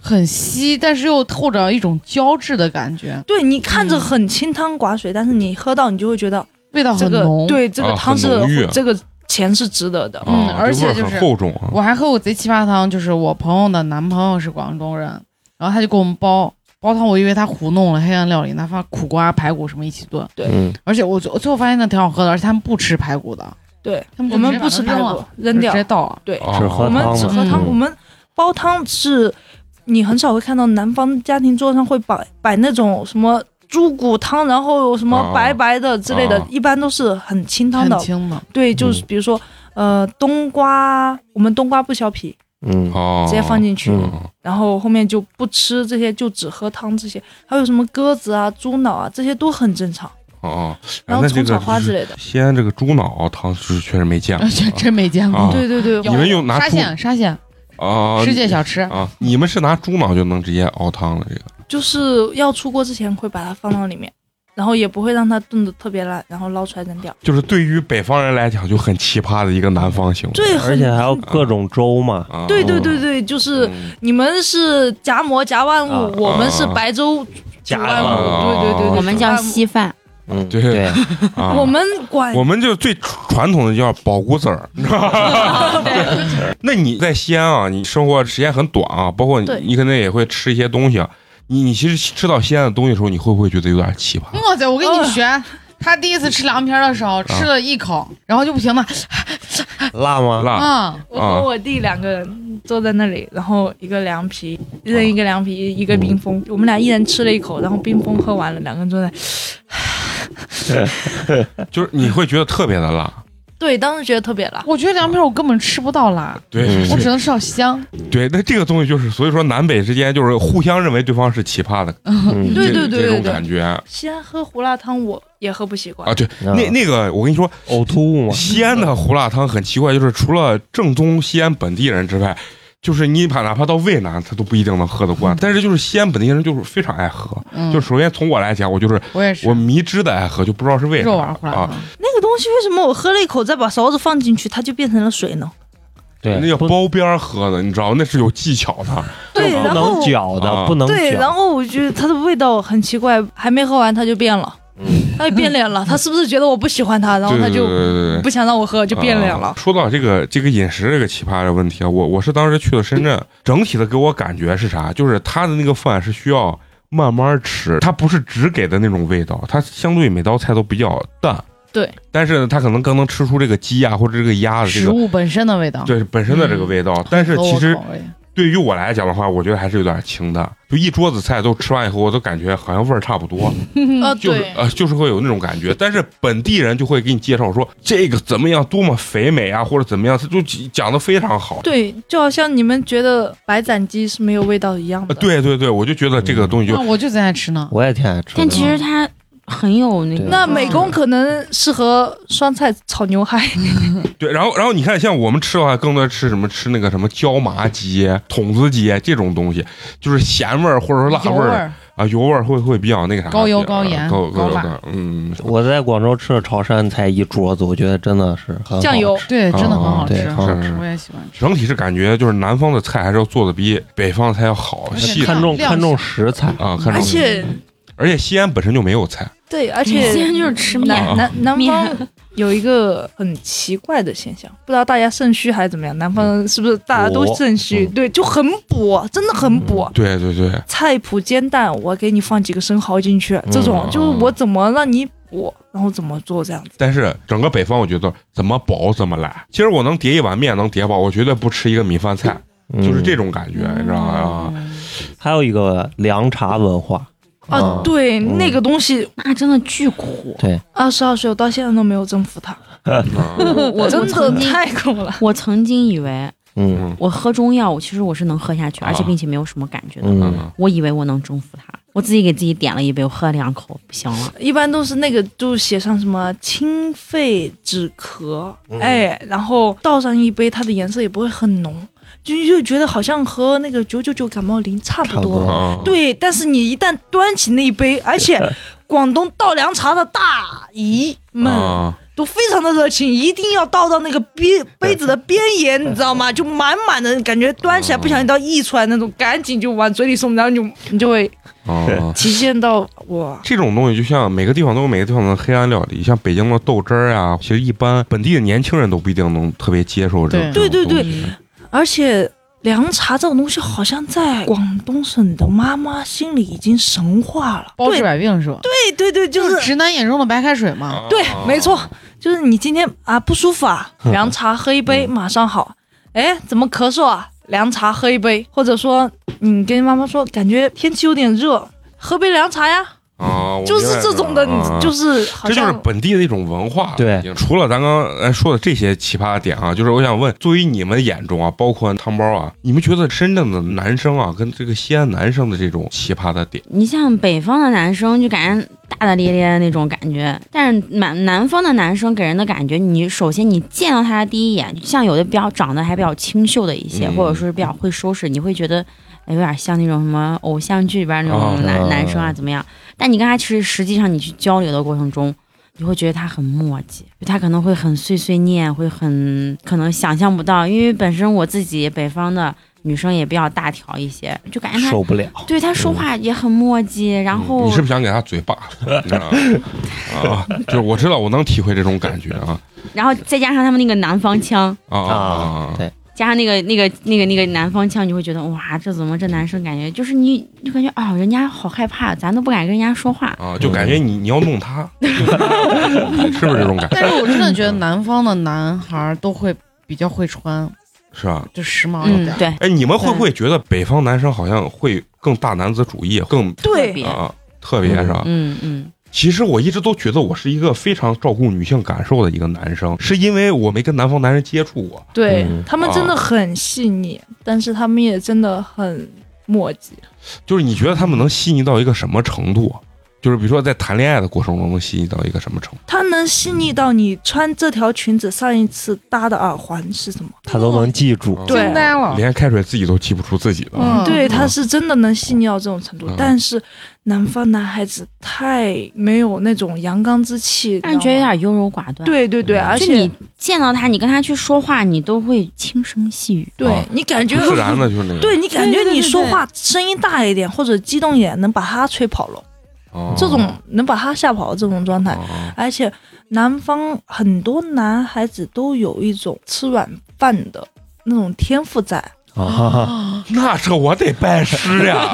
Speaker 4: 很稀，但是又透着一种胶质的感觉，
Speaker 6: 对你看着很清汤寡水，但是你喝到你就会觉得
Speaker 4: 味道
Speaker 6: 这
Speaker 4: 很
Speaker 6: 个
Speaker 4: 浓。，
Speaker 6: 对这个
Speaker 1: 啊
Speaker 6: 汤
Speaker 1: 很
Speaker 6: 是
Speaker 1: 浓郁
Speaker 6: 这个钱是值得的。
Speaker 1: 哦
Speaker 4: 嗯而且
Speaker 1: 这味儿
Speaker 4: 就是
Speaker 1: 很厚重啊。
Speaker 4: 我还喝过贼奇葩汤，就是我朋友的男朋友是广东人，然后他就给我们煲煲汤，我以为他糊弄了黑暗料理，他放苦瓜、排骨什么一起炖，
Speaker 3: 嗯，
Speaker 4: 而且我最我最后发现那挺好喝的，而且他们不吃排骨的，
Speaker 6: 对
Speaker 4: 他们就
Speaker 6: 我们
Speaker 4: 直接
Speaker 6: 不
Speaker 4: 把
Speaker 6: 吃
Speaker 4: 它
Speaker 6: 排
Speaker 4: 扔
Speaker 6: 骨
Speaker 4: 了，
Speaker 6: 扔掉
Speaker 4: 直接，倒了。
Speaker 3: 只
Speaker 1: 哦
Speaker 3: 喝
Speaker 6: 我们
Speaker 3: 汤
Speaker 6: 只
Speaker 3: 嘛，
Speaker 6: 喝汤，
Speaker 3: 嗯
Speaker 6: 我们煲汤是你很少会看到南方家庭桌上会摆摆那种什么。猪骨汤，然后有什么
Speaker 1: 啊
Speaker 6: 白白的之类的，
Speaker 1: 啊
Speaker 6: 一般都是很清汤
Speaker 4: 很
Speaker 6: 的，
Speaker 4: 轻的，
Speaker 6: 对，就是
Speaker 3: 嗯
Speaker 6: 比如说，呃，冬瓜，我们冬瓜不削皮，
Speaker 3: 嗯，
Speaker 1: 哦，
Speaker 6: 直接放进去，
Speaker 3: 嗯
Speaker 6: 然后后面就不吃这些，就只喝汤这些，还有什么鸽子啊、猪脑啊，这些都很正常。
Speaker 1: 哦哦，那
Speaker 6: 然后
Speaker 1: 这
Speaker 6: 虫
Speaker 1: 个
Speaker 6: 草花之类的，
Speaker 1: 西安这个猪脑汤是确实没见 过
Speaker 4: 真真没见
Speaker 1: 啊
Speaker 4: 过。
Speaker 6: 对对对，
Speaker 1: 你们用拿
Speaker 4: 沙
Speaker 1: 猪
Speaker 4: 县，沙县，
Speaker 1: 啊，
Speaker 4: 世界小吃。
Speaker 1: 啊，你们是拿猪脑就能直接熬汤了？这个
Speaker 6: 就是要出锅之前会把它放到里面，然后也不会让它炖的特别烂，然后捞出来扔掉。
Speaker 1: 就是对于北方人来讲就很奇葩的一个南方行为。
Speaker 6: 对，
Speaker 3: 而
Speaker 6: 很
Speaker 3: 且还有各种粥嘛，
Speaker 1: 啊，
Speaker 6: 对对对对，就是
Speaker 1: 嗯
Speaker 6: 你们是夹馍夹万
Speaker 3: 啊
Speaker 6: 物，我们是
Speaker 1: 啊
Speaker 6: 白粥
Speaker 3: 夹
Speaker 6: 煮万物，
Speaker 1: 啊
Speaker 6: 对对对对，
Speaker 5: 我们叫
Speaker 6: 煮万物
Speaker 5: 稀饭，
Speaker 3: 嗯，
Speaker 1: 对
Speaker 3: 对，
Speaker 1: 啊，
Speaker 6: 我们管
Speaker 1: 我们就最传统的叫保谷子 儿，你知道吧？对。那你在西安啊，你生活时间很短啊，包括你
Speaker 6: 对
Speaker 1: 你可能也会吃一些东西啊。你你其实吃到西安的东西的时候，你会不会觉得有点奇葩？
Speaker 4: 哇嗯塞，我跟你学，他第一次吃凉皮儿的时
Speaker 1: 嗯
Speaker 4: 候吃了一口，然后就不停的，
Speaker 3: 辣
Speaker 6: 嗯
Speaker 3: 吗？
Speaker 1: 辣
Speaker 4: 啊，
Speaker 6: 我和我弟两个人坐在那里，然后一个凉皮，一人一个凉皮，一个冰峰。我们俩一人吃了一口，然后冰峰喝完了，两个人坐在。嗯
Speaker 1: 就是你会觉得特别的辣。
Speaker 6: 对，当时觉得特别辣。
Speaker 4: 我觉得凉皮儿我根本吃不到辣，
Speaker 1: 对
Speaker 3: 嗯
Speaker 4: 我只能吃到香。
Speaker 1: 对，那这个东西就是，所以说南北之间就是互相认为对方是奇葩的，
Speaker 3: 嗯，
Speaker 6: 对
Speaker 1: 这
Speaker 6: 对对
Speaker 1: 这
Speaker 6: 对
Speaker 1: 种
Speaker 6: 对
Speaker 1: 感觉啊，
Speaker 6: 西安喝胡辣汤我也喝不习惯，
Speaker 1: 对，
Speaker 3: 嗯
Speaker 1: 那那个我跟你说，
Speaker 3: 呕吐物嘛，
Speaker 1: 西安的胡辣汤很奇怪，就是除了正宗西安本地人之外，就是你把哪怕到渭南，他都不一定能喝得惯。但是就是西安本地人就是非常爱喝，
Speaker 4: 嗯
Speaker 1: 就，首先从我来讲，我就是
Speaker 4: 我也是
Speaker 1: 我，迷之的爱喝，就不知道是为啥
Speaker 4: 肉丸胡辣
Speaker 1: 啊，
Speaker 4: 汤，
Speaker 6: 那个东西为什么我喝了一口，再把勺子放进去，它就变成了水呢？
Speaker 3: 对，
Speaker 1: 那叫
Speaker 3: 不
Speaker 1: 包边儿喝的，你知道吗？那是有技巧的。
Speaker 6: 对，
Speaker 3: 不
Speaker 6: 然后
Speaker 3: 能搅
Speaker 1: 啊
Speaker 3: 的，不能
Speaker 6: 对，然
Speaker 3: 搅，
Speaker 6: 后我觉得它的味道很奇怪，还没喝完它就变了，它就变脸了。它是不是觉得我不喜欢它，然后
Speaker 1: 对
Speaker 6: 它
Speaker 1: 对嗯对
Speaker 6: 就
Speaker 1: 对对
Speaker 6: 不想让我喝，就变脸
Speaker 1: 啊
Speaker 6: 了？
Speaker 1: 说到这个这个饮食这个奇葩的问题啊，我我是当时去了深圳，整体的给我感觉是啥？就是它的那个饭是需要慢慢吃，它不是只给的那种味道，它相对每道菜都比较淡。
Speaker 6: 对，
Speaker 1: 但是呢，它可能更能吃出这个鸡啊或者这个鸭的这
Speaker 4: 食
Speaker 1: 个。
Speaker 4: 物本身的味道。
Speaker 1: 对本身的
Speaker 6: 嗯
Speaker 1: 这个味道，但是
Speaker 4: 合我
Speaker 1: 其实
Speaker 4: 口味
Speaker 1: 对于我来讲的话，我觉得还是有点清淡。就一桌子菜都吃完以后，我都感觉好像味儿差不多。
Speaker 6: 呃，
Speaker 1: 就是
Speaker 6: 对，
Speaker 1: 呃，就是会有那种感觉。但是本地人就会给你介绍说这个怎么样，多么肥美啊，或者怎么样，他就讲讲的非常好。
Speaker 6: 对，就好像你们觉得白斩鸡是没有味道一样
Speaker 1: 呃
Speaker 6: 的。
Speaker 1: 对对对，我就觉得这个东西就
Speaker 4: 那啊我就在那吃呢。
Speaker 3: 我也挺爱吃的。
Speaker 5: 但其实它很有那
Speaker 3: 对
Speaker 5: 个
Speaker 6: 那美工可能适合酸菜炒牛嗨，
Speaker 1: 嗯对。然后然后你看，像我们吃的话，更多吃什么吃那个什么椒麻鸡、筒子鸡啊这种东西，就是咸味儿或者说辣
Speaker 4: 油
Speaker 1: 味
Speaker 4: 味
Speaker 1: 儿
Speaker 4: 儿，
Speaker 1: 啊，油味儿会会比较那个啥，
Speaker 4: 高油
Speaker 1: 比较
Speaker 4: 高盐
Speaker 1: 高
Speaker 4: 高
Speaker 1: 油
Speaker 4: 辣
Speaker 1: 高嗯。
Speaker 3: 我在广州吃的潮汕菜一桌子，我觉得真的是很好
Speaker 6: 酱油
Speaker 4: 对，真的很
Speaker 1: 啊
Speaker 4: 好吃，
Speaker 3: 对
Speaker 4: 很
Speaker 3: 好
Speaker 4: 好
Speaker 1: 吃
Speaker 4: 吃，我也喜欢吃。
Speaker 1: 整体是感觉就是南方的菜还是要做的比北方的菜要好
Speaker 4: 而且
Speaker 1: 细
Speaker 3: 看重
Speaker 4: 量
Speaker 3: 看重食材，
Speaker 1: 啊，看着
Speaker 6: 而且
Speaker 1: 而且西安本身就没有菜，
Speaker 6: 对，而
Speaker 5: 西
Speaker 6: 且
Speaker 1: 嗯
Speaker 5: 安就是吃面，
Speaker 6: 南南南方有一个很奇怪的现象，不知道大家肾虚还是怎么样，南方是不是大家都
Speaker 3: 补
Speaker 6: 肾虚？
Speaker 3: 嗯
Speaker 6: 对，就很补，真的很补。
Speaker 1: 对对对，
Speaker 6: 菜谱煎蛋，我给你放几个生蚝进去，这种
Speaker 1: 嗯
Speaker 6: 就是我怎么让你补，然后怎么做这样子。
Speaker 1: 但是整个北方，我觉得怎么饱怎么来。其实我能叠一碗面，能叠饱，我绝对不吃一个米饭菜，就是这
Speaker 3: 种。
Speaker 1: 种感觉，
Speaker 6: 嗯
Speaker 1: 你知道啊吗？
Speaker 3: 还有一个凉茶文化，
Speaker 6: 啊，对，
Speaker 3: 嗯
Speaker 6: 那个东西
Speaker 5: 那真的巨苦。
Speaker 3: 对，
Speaker 6: 二十二岁，我到现在都没有征服它，
Speaker 5: 我我
Speaker 6: 真
Speaker 5: 曾
Speaker 6: 的
Speaker 5: 经
Speaker 6: 太苦了。
Speaker 5: 我曾经以为
Speaker 3: 嗯
Speaker 5: 我喝中药，我其实我是能喝下去，
Speaker 1: 啊
Speaker 5: 而且并且没有什么感觉的。
Speaker 3: 嗯
Speaker 1: 嗯，
Speaker 5: 我以为我能征服它，我自己给自己点了一杯，我喝了两口，不行了。
Speaker 6: 一般都是那个就写上什么清肺止咳，哎，然后倒上一杯，它的颜色也不会很浓，就就觉得好像和那个九九九感冒灵差不
Speaker 3: 差不
Speaker 6: 多。
Speaker 3: 多
Speaker 1: 啊，
Speaker 6: 对，但是你一旦端起那一杯，而且广东倒凉茶的大姨们
Speaker 1: 啊，
Speaker 6: 都非常的热情，一定要倒到那个杯杯子的边沿，你知道吗？就满满的感觉，端起来不小心到溢出来那种，赶紧就往嘴里送，然后你就你就会
Speaker 1: 啊
Speaker 6: 体现到哇，
Speaker 1: 这种东西就像每个地方都有每个地方的黑暗料理，像北京的豆汁儿啊，其实一般本地的年轻人都不一定能特别接受这种。
Speaker 6: 对
Speaker 1: 这种
Speaker 6: 对对
Speaker 1: 东西
Speaker 6: 而且凉茶这种东西好像在广东省的妈妈心里已经神话了。
Speaker 4: 包治
Speaker 6: 对
Speaker 4: 百病是吧？
Speaker 6: 对对对，就是
Speaker 4: 直男眼中的白开水
Speaker 1: 啊
Speaker 4: 嘛。
Speaker 6: 对，
Speaker 1: 哦
Speaker 6: 没错，就是你今天啊不舒服啊，
Speaker 1: 嗯
Speaker 6: 凉茶喝一杯马上好。哎，怎么咳嗽啊？凉茶喝一杯，或者说你跟妈妈说感觉天气有点热，喝杯凉茶呀，
Speaker 1: 啊，我
Speaker 6: 就是
Speaker 1: 明白
Speaker 6: 这种的，
Speaker 1: 了啊
Speaker 6: 你就是好
Speaker 1: 这就是
Speaker 6: 像
Speaker 1: 本地的一种文化。
Speaker 3: 对
Speaker 1: 已经除了咱刚才说的这些奇葩的点啊，就是我想问，作为你们眼中啊，包括汤包啊，你们觉得深圳的男生啊，跟这个西安男生的这种奇葩的点，
Speaker 5: 你像北方的男生，就感觉大大咧咧的那种感觉，但是南南方的男生给人的感觉，你首先你见到他的第一眼，像有的比较长得还比较清秀的一些，
Speaker 1: 嗯
Speaker 5: 或者说是比较会收拾，你会觉得哎有点像那种什么偶像剧里边那
Speaker 1: 啊
Speaker 5: 种男、
Speaker 3: 啊
Speaker 5: 男生啊怎么样？但你跟他其实实际上你去交流的过程中。你会觉得他很墨迹，就他可能会很碎碎念，会很可能想象不到，因为本身我自己北方的女生也比较大条一些，就
Speaker 6: 嗯
Speaker 5: 感觉他
Speaker 3: 受不了。
Speaker 5: 对他说话也很墨迹，然后
Speaker 1: 你是不是想给他嘴巴？ 你知道吗啊，就是我知道，我能体会这种感觉啊
Speaker 5: 然后再加上他们那个南方腔，
Speaker 1: 啊啊
Speaker 3: 啊，对，
Speaker 5: 加上那个那个那个那个南方腔，你就会觉得哇，这怎么这男生感觉就是你就感觉啊、人家好害怕，咱都不敢跟人家说话。
Speaker 1: 啊！就感觉你你要弄 他，是不是这种感觉？
Speaker 4: 但是我真的觉得南方的男孩儿都会比较会穿，
Speaker 1: 是吧？
Speaker 4: 就时髦一
Speaker 5: 嗯
Speaker 4: 点儿，。
Speaker 5: 对，
Speaker 1: 哎，你们会不会
Speaker 5: 嗯
Speaker 1: 觉得北方男生好像会更大男子主义，更
Speaker 5: 特
Speaker 6: 对
Speaker 5: 别
Speaker 1: 啊特别是吧？
Speaker 5: 嗯嗯，
Speaker 1: 其实我一直都觉得我是一个非常照顾女性感受的一个男生，是因为我没跟南方男人接触过。
Speaker 6: 对
Speaker 3: 嗯
Speaker 6: 他们真
Speaker 1: 哦
Speaker 6: 的很细腻，但是他们也真的很墨迹。
Speaker 1: 就是你觉得他们能细腻到一个什么程度？就是比如说在谈恋爱的过程中能细腻到一个什么程度？
Speaker 6: 他能细腻到你穿这条裙子上一次搭的耳环是什么？
Speaker 3: 他都能记住。
Speaker 1: 嗯
Speaker 6: 对
Speaker 4: 嗯惊呆了。
Speaker 1: 连开水自己都记不出自己的。
Speaker 4: 嗯
Speaker 6: 对，他是真的能细腻到这种程度，
Speaker 1: 嗯
Speaker 6: 但是南方男孩子太没有那种阳刚之气，
Speaker 5: 让人觉得
Speaker 6: 你
Speaker 5: 有
Speaker 6: 知道吗
Speaker 5: 点优柔寡断。，
Speaker 6: 对对对，
Speaker 1: 嗯
Speaker 6: 而
Speaker 5: 就
Speaker 6: 且
Speaker 5: 你见到他，你跟他去说话，你都会轻声细 语。
Speaker 6: 对
Speaker 1: 啊
Speaker 6: 你感觉
Speaker 1: 不自然的就是那个，
Speaker 6: 对你感
Speaker 4: 对
Speaker 6: 觉
Speaker 4: 对对
Speaker 6: 你
Speaker 4: 对
Speaker 6: 说话声音大一点或者激动一点，能把他吹跑了，
Speaker 1: 哦
Speaker 6: 这种能把他吓跑的这种状态。
Speaker 1: 哦
Speaker 6: 而且南方很多男孩子都有一种吃软饭的那种天赋在，
Speaker 1: 哦
Speaker 3: 啊，
Speaker 1: 那这我得拜师 呀，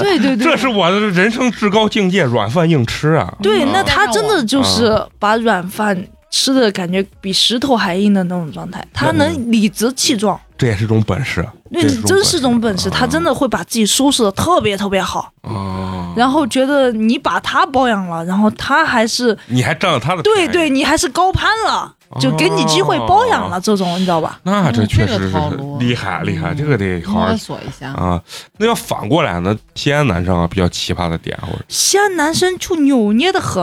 Speaker 6: 对对
Speaker 1: 这是我的人生至高境界，软饭硬吃啊！
Speaker 6: 对，
Speaker 1: 嗯
Speaker 6: 那他真的就是把软饭吃的感觉比石头还硬的那种状态，他能理直气壮，
Speaker 1: 这也是种本事
Speaker 6: 那
Speaker 1: 嗯这是种
Speaker 6: 真是种本
Speaker 1: 本事
Speaker 6: 事，他真的会把自己收拾的特别特别好，
Speaker 1: 啊！
Speaker 6: 哦然后觉得你把他包养了，然后他还是
Speaker 1: 你还占了他的
Speaker 6: 对
Speaker 1: 便宜
Speaker 6: 对，你还是高攀了，就给你机会包养
Speaker 1: 哦
Speaker 6: 了，这种你知道吧？
Speaker 1: 那这
Speaker 4: 嗯
Speaker 1: 确
Speaker 4: 这个
Speaker 1: 实是
Speaker 4: 套路
Speaker 1: 厉害厉害，
Speaker 4: 嗯
Speaker 1: 这个得好好
Speaker 4: 摸索一下，
Speaker 1: 啊。那要反过来呢？西安男生啊，比较奇葩的点，或者
Speaker 6: 西安男生就扭捏的很，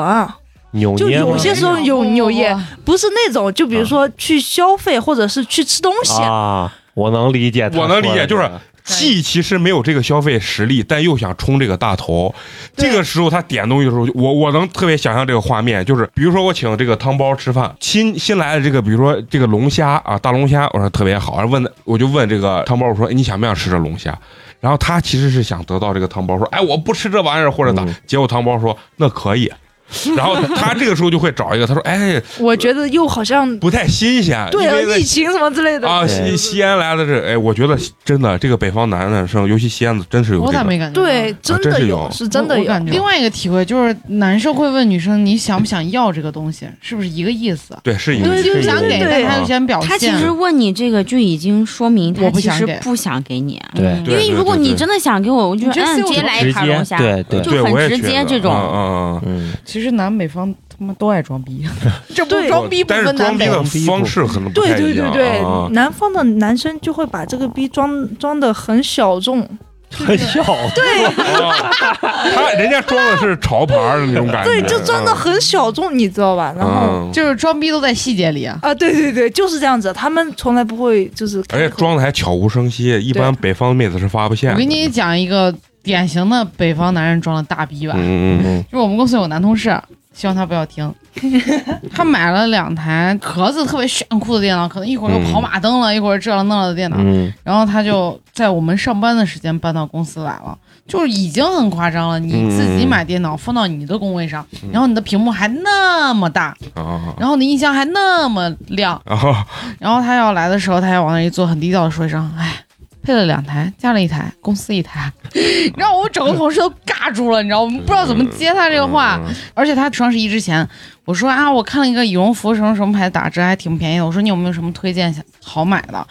Speaker 3: 扭
Speaker 6: 就
Speaker 3: 捏吗
Speaker 6: 有些时候有
Speaker 4: 嗯
Speaker 6: 扭捏，不是那种就比
Speaker 1: 嗯
Speaker 6: 如说去消费或者是去吃东西，
Speaker 3: 啊，我能理解他说
Speaker 1: 我
Speaker 3: 的这个，
Speaker 1: 能理解就是既其实没有这个消费实力，但又想冲这个大头。这个时候他点东西的时候，我我能特别想象这个画面，就是比如说我请这个汤包吃饭，新新来的这个，比如说这个龙虾啊，大龙虾，我说特别好，然后问我就问这个汤包，我说哎你想不想吃这龙虾？然后他其实是想得到这个汤包说，哎，我不吃这玩意儿或者咋？
Speaker 3: 嗯
Speaker 1: 结果汤包说那可以，然后他这个时候就会找一个，他说哎
Speaker 6: 我觉得又好像
Speaker 1: 不太新鲜，
Speaker 6: 对
Speaker 1: 因
Speaker 6: 啊
Speaker 1: 为那
Speaker 6: 疫情什么之类的
Speaker 1: 啊，
Speaker 3: 对
Speaker 1: 西西安来的这，哎，我觉得真的这个北方男的生，尤其西安的，真是有
Speaker 4: 我
Speaker 1: 这
Speaker 4: 咋
Speaker 1: 个
Speaker 4: 没感觉到？
Speaker 6: 对，
Speaker 1: 嗯
Speaker 6: 真
Speaker 1: 啊真
Speaker 6: 的
Speaker 1: 是有
Speaker 6: 有，是真的
Speaker 4: 我
Speaker 6: 有。
Speaker 4: 感觉另外一个体会就是，男生会问女生你想不想要这个东西，是不是一个意思？
Speaker 1: 对，是有
Speaker 3: 对
Speaker 4: 对，就是
Speaker 3: 对
Speaker 4: 想给，
Speaker 6: 对
Speaker 4: 但他又想表现。
Speaker 5: 他其实问你这个，就已经说明
Speaker 4: 我
Speaker 5: 他
Speaker 4: 不
Speaker 5: 其
Speaker 4: 想
Speaker 5: 实
Speaker 4: 给
Speaker 5: 不想给你。
Speaker 3: 对
Speaker 5: 因为如果你
Speaker 1: 真
Speaker 5: 真的想给我，我就
Speaker 4: 你就
Speaker 5: 嗯，
Speaker 4: 塞我
Speaker 5: 直接
Speaker 4: 手
Speaker 5: 来一
Speaker 3: 直
Speaker 5: 盘
Speaker 3: 接
Speaker 5: 龙虾。
Speaker 3: 对对，
Speaker 5: 就很直接这种
Speaker 1: 嗯嗯
Speaker 3: 嗯，
Speaker 4: 其实南北方他妈都爱装逼，啊这不
Speaker 6: 对
Speaker 4: 装逼不
Speaker 1: 但是
Speaker 4: 分
Speaker 1: 装
Speaker 4: 南
Speaker 1: 逼
Speaker 4: 北。
Speaker 1: 的方式可能不
Speaker 6: 对
Speaker 1: 太
Speaker 6: 对
Speaker 1: 一
Speaker 6: 对
Speaker 1: 样
Speaker 6: 对
Speaker 1: 啊，嗯
Speaker 6: 南方的男生就会把这个逼装装的很小众，
Speaker 3: 很小，
Speaker 1: 啊他人家装的是潮牌儿的那种感觉，
Speaker 6: 对，就装的很小众，你知道吧？然后
Speaker 1: 嗯，嗯
Speaker 4: 就是装逼都在细节里啊。
Speaker 6: 啊，对对对，就是这样子，他们从来不会就是开口，
Speaker 1: 而且装的还悄无声息，一般北方妹子是发不现的。
Speaker 4: 我给你讲一个典型的北方男人装的大逼吧，
Speaker 1: 嗯嗯嗯
Speaker 4: 就是我们公司有个男同事，希望他不要听，他买了两台壳子特别炫酷的电脑，可能一会儿又跑马灯了，一会儿这了那了的电脑，
Speaker 3: 嗯，
Speaker 4: 然后他就在我们上班的时间搬到公司来了，就是已经很夸张了。你自己买电脑放到你的工位上，然后你的屏幕还那么大，
Speaker 1: 啊
Speaker 4: 然后你音箱还那么亮，
Speaker 1: 啊啊！
Speaker 4: 然后他要来的时候，他要往那一坐，很低调的说一声：“哎，配了两台，加了一台，公司一台。” 让我整个同事都尬住了，你知道，我们不知道怎么接他这个话。
Speaker 1: 嗯
Speaker 4: 而且他双十一之前，我说啊，我看了一个羽绒服什么什么牌打折，还挺便宜的。我说你有没有什么推荐想好买的？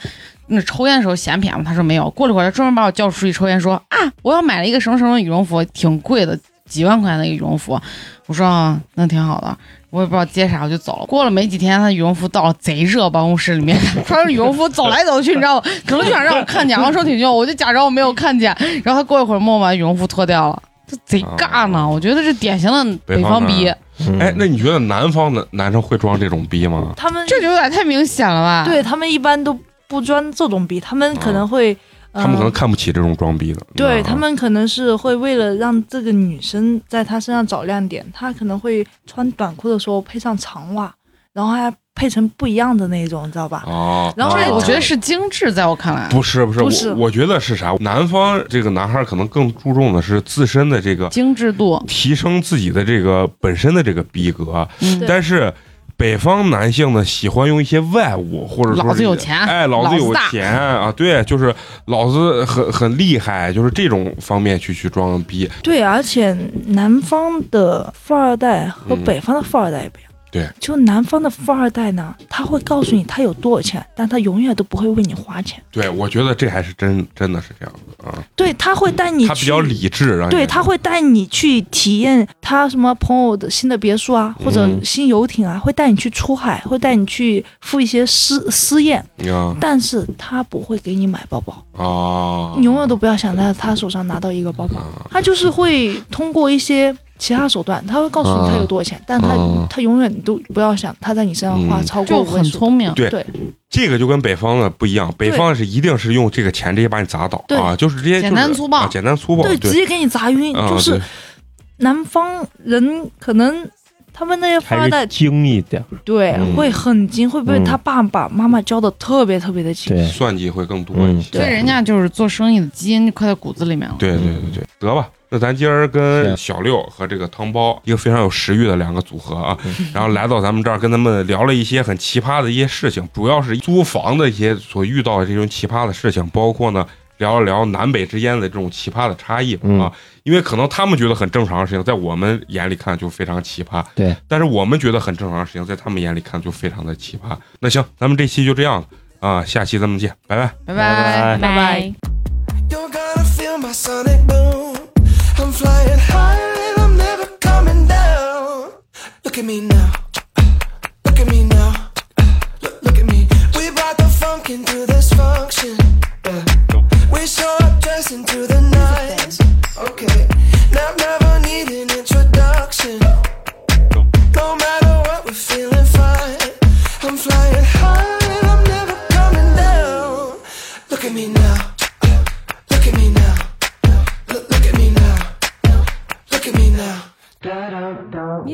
Speaker 4: 那抽烟的时候嫌便宜吗？他说没有。过了一会儿，他专门把我叫出去抽烟，说啊，我要买了一个什么什么羽绒服，挺贵的，几万块钱的一个羽绒服。我说啊，那挺好的。我也不知道接啥，我就走了。过了没几天，他羽绒服到了，贼热，办公室里面 穿着羽绒服走来走去，你知道吗？可能就想让我看见，然后说挺凶，我就假装我没有看见。然后他过一会儿默默把羽绒服脱掉了，这贼尬呢。我觉得这典型的
Speaker 1: 北
Speaker 4: 北方
Speaker 1: 方
Speaker 4: 逼
Speaker 1: 人，哎，
Speaker 3: 嗯
Speaker 1: 那你觉得南方的男生会装这种逼吗？
Speaker 6: 他们
Speaker 4: 这就有点太明显了吧？
Speaker 6: 对他们一般都不装这种逼，他们可能会，
Speaker 1: 嗯他们可能
Speaker 6: 呃
Speaker 1: 看不起这种装逼的。
Speaker 6: 对
Speaker 1: 嗯
Speaker 6: 他们可能是会为了让这个女生在她身上找亮点，她可能会穿短裤的时候配上长袜，然后还配成不一样的那种，你知道吧？
Speaker 1: 哦，
Speaker 6: 然后
Speaker 1: 哦
Speaker 4: 这我觉得是精致，在我看来，
Speaker 1: 不是不是，
Speaker 6: 不是
Speaker 1: 我我觉得是啥？南方这个男孩可能更注重的是自身的这个
Speaker 4: 精致度，
Speaker 1: 提升自己的这个本身的这个逼格，
Speaker 4: 嗯
Speaker 6: 对
Speaker 1: 但是北方男性呢，喜欢用一些外物，或者说
Speaker 4: 老子
Speaker 1: 是
Speaker 4: 有钱
Speaker 1: 哎，老
Speaker 4: 老
Speaker 1: 子
Speaker 4: 子
Speaker 1: 有
Speaker 4: 大
Speaker 1: 钱啊，对，就是老子很很厉害，就是这种方面去去装逼。
Speaker 6: 对，而且南方的富二代和
Speaker 1: 嗯
Speaker 6: 北方的富二代也不一样。
Speaker 1: 对，
Speaker 6: 就南方的富二代呢，他会告诉你他有多少钱，但他永远都不会为你花钱。
Speaker 1: 对，我觉得这还是真真的是这样的啊，
Speaker 6: 对他会带你去，
Speaker 1: 他比较理智，让你
Speaker 6: 对他会带你去体验他什么朋友的新的别墅啊，或者
Speaker 1: 嗯
Speaker 6: 新游艇啊，会带你去出海，会带你去赴一些私私宴，
Speaker 1: 啊
Speaker 6: 但是他不会给你买包包，
Speaker 1: 啊，
Speaker 6: 你永远都不要想在他手上拿到一个包包，他就是会通过一些。其他手段，他会告诉你他有多少钱，但他、
Speaker 1: 嗯
Speaker 6: 他永远都不要想他在你身上花
Speaker 1: 嗯
Speaker 6: 超过
Speaker 4: 就
Speaker 6: 五位
Speaker 4: 很
Speaker 6: 数。
Speaker 4: 聪明。
Speaker 1: 对
Speaker 6: 对
Speaker 1: 这个就跟北方的不一样，北方是一定是用这个钱直接把你砸倒
Speaker 6: 对
Speaker 1: 啊，就是直接、就是、
Speaker 4: 简单粗暴
Speaker 1: 啊简单粗暴，对，
Speaker 6: 直接给你砸晕，
Speaker 1: 啊
Speaker 6: 就是
Speaker 1: 对
Speaker 6: 南方人可能他们那些富
Speaker 3: 还
Speaker 6: 二代
Speaker 3: 是精一点，
Speaker 6: 对，
Speaker 1: 嗯
Speaker 6: 会很精，会被
Speaker 3: 嗯
Speaker 6: 他爸爸妈妈教的特别特别的精。
Speaker 3: 对，
Speaker 1: 算计会更多一
Speaker 3: 嗯
Speaker 1: 些。，
Speaker 4: 所以人家就是做生意的基因就刻在骨子里面了。
Speaker 1: 对对
Speaker 3: 嗯
Speaker 1: 对对，得吧，那咱今儿跟
Speaker 3: 是
Speaker 1: 小六和这个汤包一个非常有食欲的两个组合啊，然后来到咱们这儿跟他们聊了一些很奇葩的一些事情，主要是租房的一些所遇到的这种奇葩的事情，包括呢聊一聊南北之间的这种奇葩的差异、
Speaker 3: 嗯
Speaker 1: 啊，因为可能他们觉得很正常的事情，在我们眼里看就非常奇葩，
Speaker 3: 对，
Speaker 1: 但是我们觉得很正常的事情，在他们眼里看就非常的奇葩。那行，咱们这期就这样了啊，下期咱们见，拜拜。
Speaker 4: 拜
Speaker 3: 拜拜
Speaker 5: 拜拜。
Speaker 10: You're gonna feel my sonic boom. I'm flying higher and I'm never coming down. Look at me now. Look at me now. Look, look at me. We brought the funk into this function. Yeah. We show up dressing to the nines. Okay. Now never need an introduction. No matter what, we're feeling fine. I'm flying higher and I'm never coming down. Look at me now. Look at me now. Look, look at me now. Look at me now.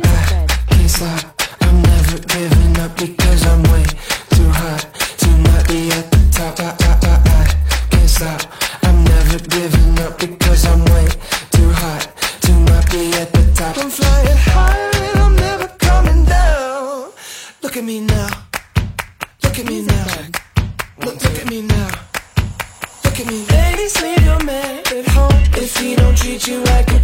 Speaker 10: Can't stop. I'm never giving up because I'm way too hot to not be at the top. I, I, I, I can't stop. I'm never giving up because I'm way too hot to not be at the top. I'm flying higher and I'm never coming down. Look at me now. Look at me now. Look, look at me now. Look at me. Ladies, leave your man at home if he don't treat you like a Oh,